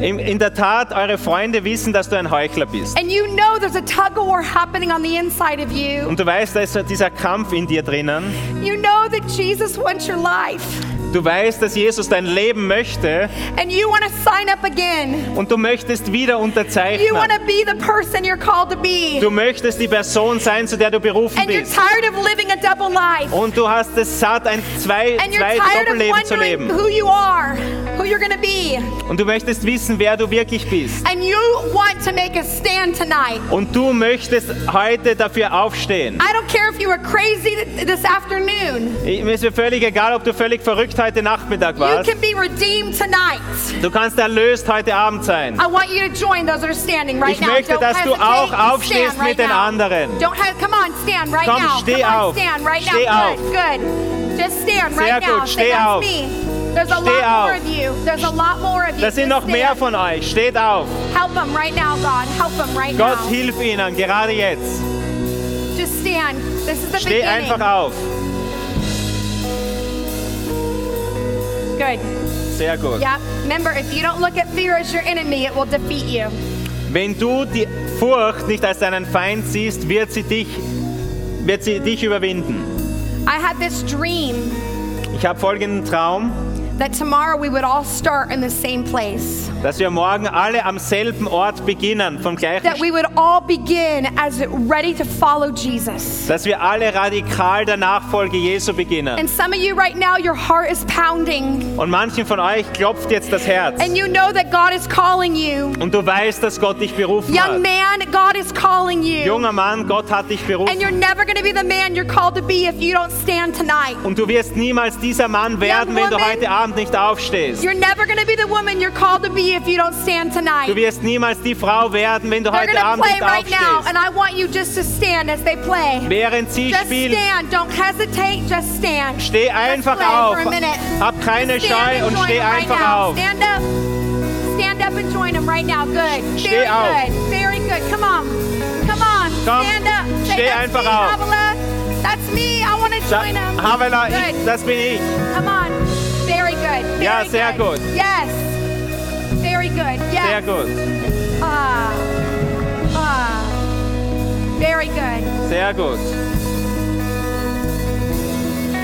Speaker 1: In, in der Tat, eure Freunde wissen, dass du ein Heuchler bist.
Speaker 2: And you know there's a tug of war happening on the inside of you.
Speaker 1: Und du weißt, da ist so dieser Kampf in dir drinnen.
Speaker 2: You know that Jesus wants your life.
Speaker 1: Du weißt, dass Jesus dein Leben möchte
Speaker 2: and you want to sign up again.
Speaker 1: und du möchtest wieder
Speaker 2: You want
Speaker 1: unterzeichnen.
Speaker 2: to be the person you're called to be.
Speaker 1: Du möchtest die Person sein, zu der du berufen
Speaker 2: And you're
Speaker 1: bist.
Speaker 2: tired of living a double life.
Speaker 1: Und du hast es satt, ein zwei,
Speaker 2: And you're
Speaker 1: zwei
Speaker 2: tired of
Speaker 1: Doppelleben zu
Speaker 2: wondering
Speaker 1: leben.
Speaker 2: who you are, who you're going to be.
Speaker 1: Und du möchtest wissen, wer du wirklich bist.
Speaker 2: And you want to make a stand tonight.
Speaker 1: Und du möchtest heute dafür aufstehen.
Speaker 2: I don't care if you were crazy th- this afternoon.
Speaker 1: Ich- Mir ist mir völlig egal, ob du völlig verrückt heute Nachmittag warst.
Speaker 2: You can be redeemed tonight.
Speaker 1: Du kannst erlöst heute Abend sein.
Speaker 2: I want you to join those that are standing right
Speaker 1: Ich
Speaker 2: now.
Speaker 1: möchte,
Speaker 2: Don't
Speaker 1: dass du
Speaker 2: hesitate.
Speaker 1: auch
Speaker 2: Stand
Speaker 1: aufstehst
Speaker 2: right
Speaker 1: mit den
Speaker 2: now.
Speaker 1: anderen.
Speaker 2: Don't have, come on, stand right
Speaker 1: Komm,
Speaker 2: now.
Speaker 1: steh
Speaker 2: come on,
Speaker 1: auf.
Speaker 2: stand right
Speaker 1: Steh
Speaker 2: now.
Speaker 1: auf.
Speaker 2: Good, good. Just stand
Speaker 1: Sehr
Speaker 2: right now.
Speaker 1: gut,
Speaker 2: Say,
Speaker 1: steh
Speaker 2: "That's
Speaker 1: auf.
Speaker 2: me." There's a lot
Speaker 1: Steh
Speaker 2: more
Speaker 1: auf.
Speaker 2: of you. There's a lot more of you.
Speaker 1: Da
Speaker 2: Just
Speaker 1: sind noch mehr
Speaker 2: stand.
Speaker 1: von euch. Steht auf.
Speaker 2: Help them right now, God. Help them right
Speaker 1: Gott
Speaker 2: now.
Speaker 1: hilf ihnen, gerade jetzt.
Speaker 2: Just stand. This is the
Speaker 1: Steh
Speaker 2: beginning.
Speaker 1: einfach auf.
Speaker 2: Good.
Speaker 1: Sehr gut.
Speaker 2: Yeah. Remember, if you don't look at fear as your enemy, it will defeat you.
Speaker 1: Wenn du die Furcht nicht als deinen Feind siehst, wird sie dich, wird sie dich überwinden.
Speaker 2: I had this dream
Speaker 1: Ich habe folgenden Traum,
Speaker 2: that tomorrow we would all start in the same place.
Speaker 1: dass wir morgen alle am selben Ort beginnen, vom gleichen
Speaker 2: That we would all begin as ready to follow Jesus.
Speaker 1: dass wir alle radikal der Nachfolge Jesu beginnen.
Speaker 2: And some of you right now, your heart is pounding,
Speaker 1: Und manchen von euch klopft jetzt das Herz.
Speaker 2: and you know that God is calling you.
Speaker 1: Und du weißt, dass Gott dich berufen
Speaker 2: Young
Speaker 1: hat.
Speaker 2: man, God is calling you.
Speaker 1: Junger Mann, Gott hat dich
Speaker 2: And
Speaker 1: berufen.
Speaker 2: you're never going to be the man you're called to be if you don't stand tonight.
Speaker 1: Und du wirst niemals dieser Mann werden, wenn du
Speaker 2: woman.
Speaker 1: heute Abend nicht aufstehst.
Speaker 2: You're never going to be the woman you're called to be if you don't stand tonight.
Speaker 1: Du wirst niemals die Frau werden, wenn du
Speaker 2: They're
Speaker 1: heute
Speaker 2: going to
Speaker 1: Abend
Speaker 2: play
Speaker 1: nicht
Speaker 2: right now, and
Speaker 1: aufstehst.
Speaker 2: I want you just to stand as they play.
Speaker 1: Während sie
Speaker 2: Just
Speaker 1: spielen,
Speaker 2: stand. Don't hesitate. Just stand.
Speaker 1: Steh
Speaker 2: Let's
Speaker 1: einfach
Speaker 2: play
Speaker 1: auf.
Speaker 2: for a minute.
Speaker 1: Hab keine
Speaker 2: Stand and
Speaker 1: Scheu und
Speaker 2: join
Speaker 1: steh
Speaker 2: them right
Speaker 1: einfach
Speaker 2: now.
Speaker 1: auf.
Speaker 2: Stand up. Stand up and join them right now. Good.
Speaker 1: Steh
Speaker 2: Very
Speaker 1: auf.
Speaker 2: good. Very good. Come on. Come on.
Speaker 1: Komm,
Speaker 2: Stand up. Say,
Speaker 1: steh
Speaker 2: that's
Speaker 1: einfach
Speaker 2: me,
Speaker 1: auf."
Speaker 2: Havila. That's me. I want to
Speaker 1: Da-
Speaker 2: join them.
Speaker 1: Havela,
Speaker 2: Good.
Speaker 1: ich, das bin ich.
Speaker 2: Come on. Very good. Very
Speaker 1: Ja, sehr gut.
Speaker 2: Yes. Very good. Yes.
Speaker 1: Sehr gut,
Speaker 2: Ah. Ah. Very good.
Speaker 1: sehr gut.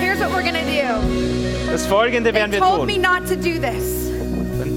Speaker 2: Here's what we're gonna do.
Speaker 1: Das Folgende werden
Speaker 2: They
Speaker 1: wir
Speaker 2: told me
Speaker 1: tun.
Speaker 2: not to do this.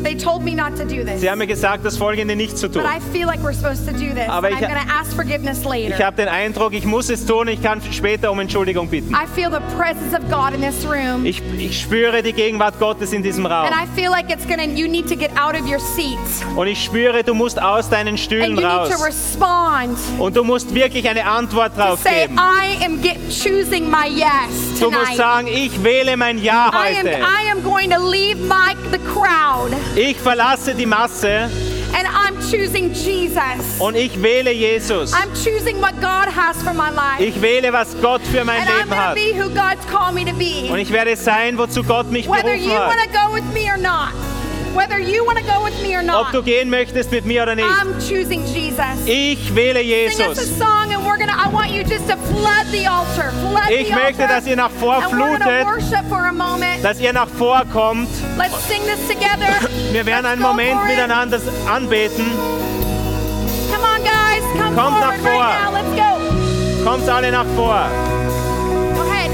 Speaker 2: They told me not to do this.
Speaker 1: Sie haben mir gesagt, das Folgende nicht zu tun.
Speaker 2: But I feel like we're supposed to do this.
Speaker 1: Aber
Speaker 2: and
Speaker 1: ich-
Speaker 2: I'm gonna ask forgiveness later.
Speaker 1: Ich habe den Eindruck, ich muss es tun. Ich kann später um Entschuldigung bitten.
Speaker 2: I feel the presence of God in this room.
Speaker 1: Ich, ich spüre die Gegenwart Gottes in diesem Raum.
Speaker 2: And I feel like it's gonna you need to get out of your seats.
Speaker 1: Und ich spüre, du musst aus deinen
Speaker 2: And
Speaker 1: Stühlen
Speaker 2: you need to
Speaker 1: raus.
Speaker 2: respond.
Speaker 1: Und du musst wirklich eine Antwort
Speaker 2: To
Speaker 1: drauf
Speaker 2: say,
Speaker 1: geben.
Speaker 2: I am get, choosing my yes
Speaker 1: Du musst
Speaker 2: tonight.
Speaker 1: sagen, ich wähle mein Ja
Speaker 2: I am
Speaker 1: heute.
Speaker 2: I am going to leave my the crowd
Speaker 1: Ich verlasse die Masse
Speaker 2: and I'm choosing Jesus.
Speaker 1: und ich wähle Jesus.
Speaker 2: I'm choosing what God has for my life.
Speaker 1: Ich wähle, was Gott für mein
Speaker 2: and I'm
Speaker 1: Leben
Speaker 2: going to
Speaker 1: hat.
Speaker 2: be who God's called me to be.
Speaker 1: Und ich werde sein, wozu Gott mich
Speaker 2: Whether you
Speaker 1: berufen
Speaker 2: want
Speaker 1: hat.
Speaker 2: to go with me or not. Whether you want to go with me or
Speaker 1: Ob du
Speaker 2: not.
Speaker 1: gehen möchtest mit mir oder nicht.
Speaker 2: I'm choosing Jesus.
Speaker 1: Ich wähle
Speaker 2: Sing us a
Speaker 1: Jesus.
Speaker 2: song and we're going to I want you just to flood the altar. Flood
Speaker 1: Ich
Speaker 2: the
Speaker 1: möchte,
Speaker 2: altar.
Speaker 1: dass ihr nach
Speaker 2: and we're going to
Speaker 1: vorflutet,
Speaker 2: worship for a moment.
Speaker 1: dass ihr nach vorkommt.
Speaker 2: Let's sing this together.
Speaker 1: Wir werden
Speaker 2: Let's
Speaker 1: einen
Speaker 2: go
Speaker 1: Moment
Speaker 2: for it.
Speaker 1: miteinander anbeten.
Speaker 2: Come on guys, come
Speaker 1: Kommt nach
Speaker 2: forward right now.
Speaker 1: vor.
Speaker 2: Let's go.
Speaker 1: Kommt alle nach vor.
Speaker 2: Go ahead.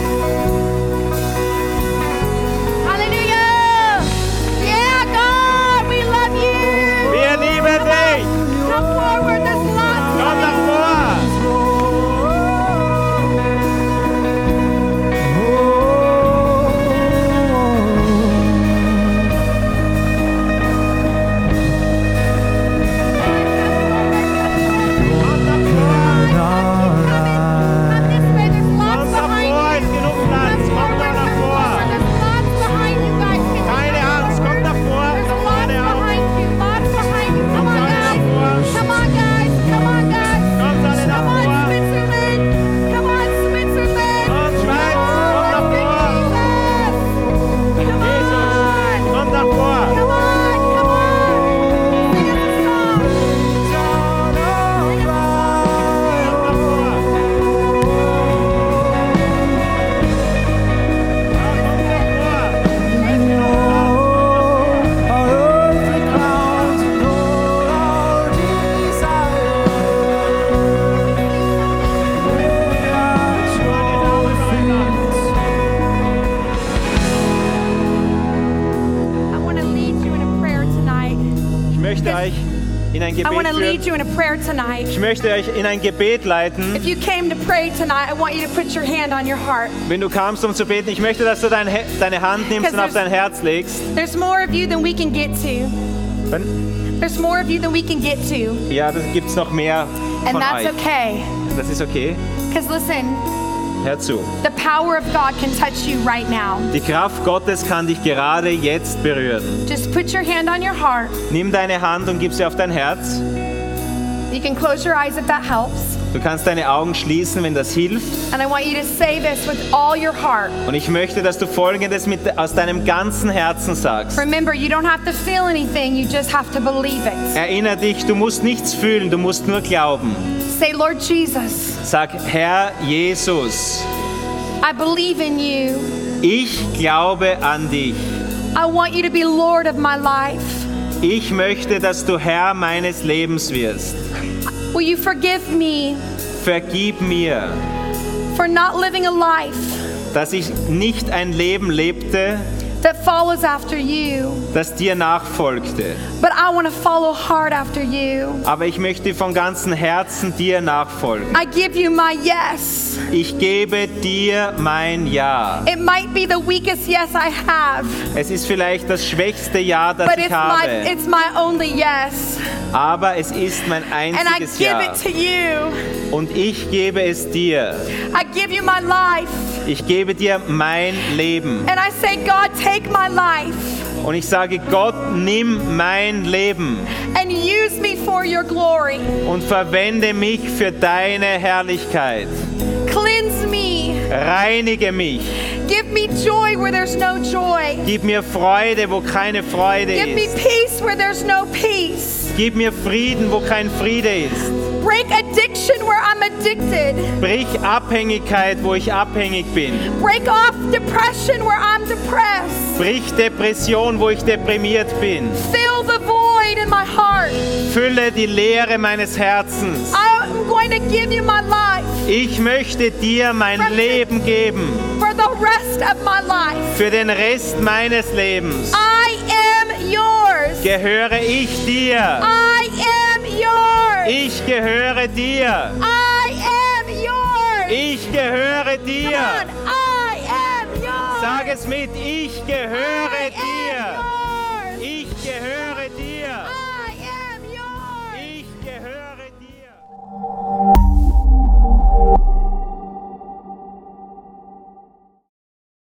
Speaker 2: Hallelujah. Yeah, God, we love you.
Speaker 1: Wir lieben dich.
Speaker 2: Come forward, there's lots of
Speaker 1: Komm nach vor.
Speaker 2: Come this way, there's
Speaker 1: Komm
Speaker 2: lots
Speaker 1: nach
Speaker 2: behind
Speaker 1: vor. Ist genug Platz. in ein
Speaker 2: I
Speaker 1: Gebet
Speaker 2: want to lead
Speaker 1: führen.
Speaker 2: you in a prayer tonight.
Speaker 1: Ich möchte euch in ein Gebet leiten.
Speaker 2: If you came to pray tonight, I want you to put your hand on your heart.
Speaker 1: Wenn du kamst, um zu beten, ich möchte, dass du dein, He- deine Hand nimmst und auf dein Herz legst.
Speaker 2: There's more of you than we can get to.
Speaker 1: Dann,
Speaker 2: There's more of you than we can get to.
Speaker 1: ja, das gibt's noch mehr
Speaker 2: And
Speaker 1: von
Speaker 2: that's
Speaker 1: euch.
Speaker 2: okay.
Speaker 1: Das ist okay.
Speaker 2: Because listen,
Speaker 1: Hör zu.
Speaker 2: the power of God can touch you right now.
Speaker 1: Die Kraft Gottes kann dich gerade jetzt berühren.
Speaker 2: Just put your hand on your heart.
Speaker 1: Nimm deine Hand und gib sie auf dein Herz.
Speaker 2: You can close your eyes if that helps.
Speaker 1: Du kannst deine Augen schließen, wenn das hilft.
Speaker 2: And I want you to say this with all your heart.
Speaker 1: Und ich möchte, dass du Folgendes mit, aus deinem ganzen Herzen sagst.
Speaker 2: Remember, you don't have to feel anything, you just have to believe it.
Speaker 1: Erinnere dich, du musst nichts fühlen, du musst nur glauben.
Speaker 2: Say, Lord Jesus,
Speaker 1: Sag, Herr Jesus,
Speaker 2: I believe in you.
Speaker 1: ich glaube an dich.
Speaker 2: I want you to be Lord of my life.
Speaker 1: Ich möchte, dass du Herr meines Lebens wirst.
Speaker 2: Will you forgive me
Speaker 1: Vergib mir,
Speaker 2: for not living a life
Speaker 1: dass ich nicht ein Leben lebte,
Speaker 2: that follows after you,
Speaker 1: das dir nachfolgte.
Speaker 2: but I want to follow hard after you?
Speaker 1: Aber ich möchte von ganzem Herzen dir nachfolgen.
Speaker 2: I give you my yes.
Speaker 1: Ich gebe dir mein Ja.
Speaker 2: It might be the weakest yes I have,
Speaker 1: Es ist vielleicht das schwächste Ja, das
Speaker 2: but
Speaker 1: ich
Speaker 2: it's my,
Speaker 1: habe,
Speaker 2: it's my only yes.
Speaker 1: aber es ist mein
Speaker 2: And I
Speaker 1: einziges
Speaker 2: give
Speaker 1: Ja.
Speaker 2: it to you.
Speaker 1: Und ich gebe es dir.
Speaker 2: I give you my life.
Speaker 1: Ich gebe dir mein Leben.
Speaker 2: And I say, God, take my life.
Speaker 1: Und ich sage, Gott, nimm mein Leben
Speaker 2: and use me for your glory.
Speaker 1: und verwende mich für deine Herrlichkeit.
Speaker 2: Cleanse me.
Speaker 1: Reinige mich.
Speaker 2: Give me joy where there's no joy.
Speaker 1: Gib mir Freude, wo keine Freude
Speaker 2: Give me
Speaker 1: ist.
Speaker 2: peace where there's no peace.
Speaker 1: Gib mir Frieden, wo kein Friede ist.
Speaker 2: Break addiction where I'm addicted.
Speaker 1: Brich Abhängigkeit, wo ich abhängig bin.
Speaker 2: Break off depression where I'm depressed.
Speaker 1: Brich Depression, wo ich deprimiert bin.
Speaker 2: Fill the void in my heart.
Speaker 1: Fülle die Leere meines Herzens.
Speaker 2: I'm going to give you my life
Speaker 1: Ich möchte dir mein Leben geben.
Speaker 2: for the rest of my life.
Speaker 1: Für den Rest meines Lebens
Speaker 2: I am yours.
Speaker 1: gehöre ich dir.
Speaker 2: I am yours.
Speaker 1: Ich gehöre dir.
Speaker 2: I am yours.
Speaker 1: Ich gehöre
Speaker 2: Come
Speaker 1: dir.
Speaker 2: on. I am yours.
Speaker 1: Sag es mit, ich gehöre
Speaker 2: I
Speaker 1: E E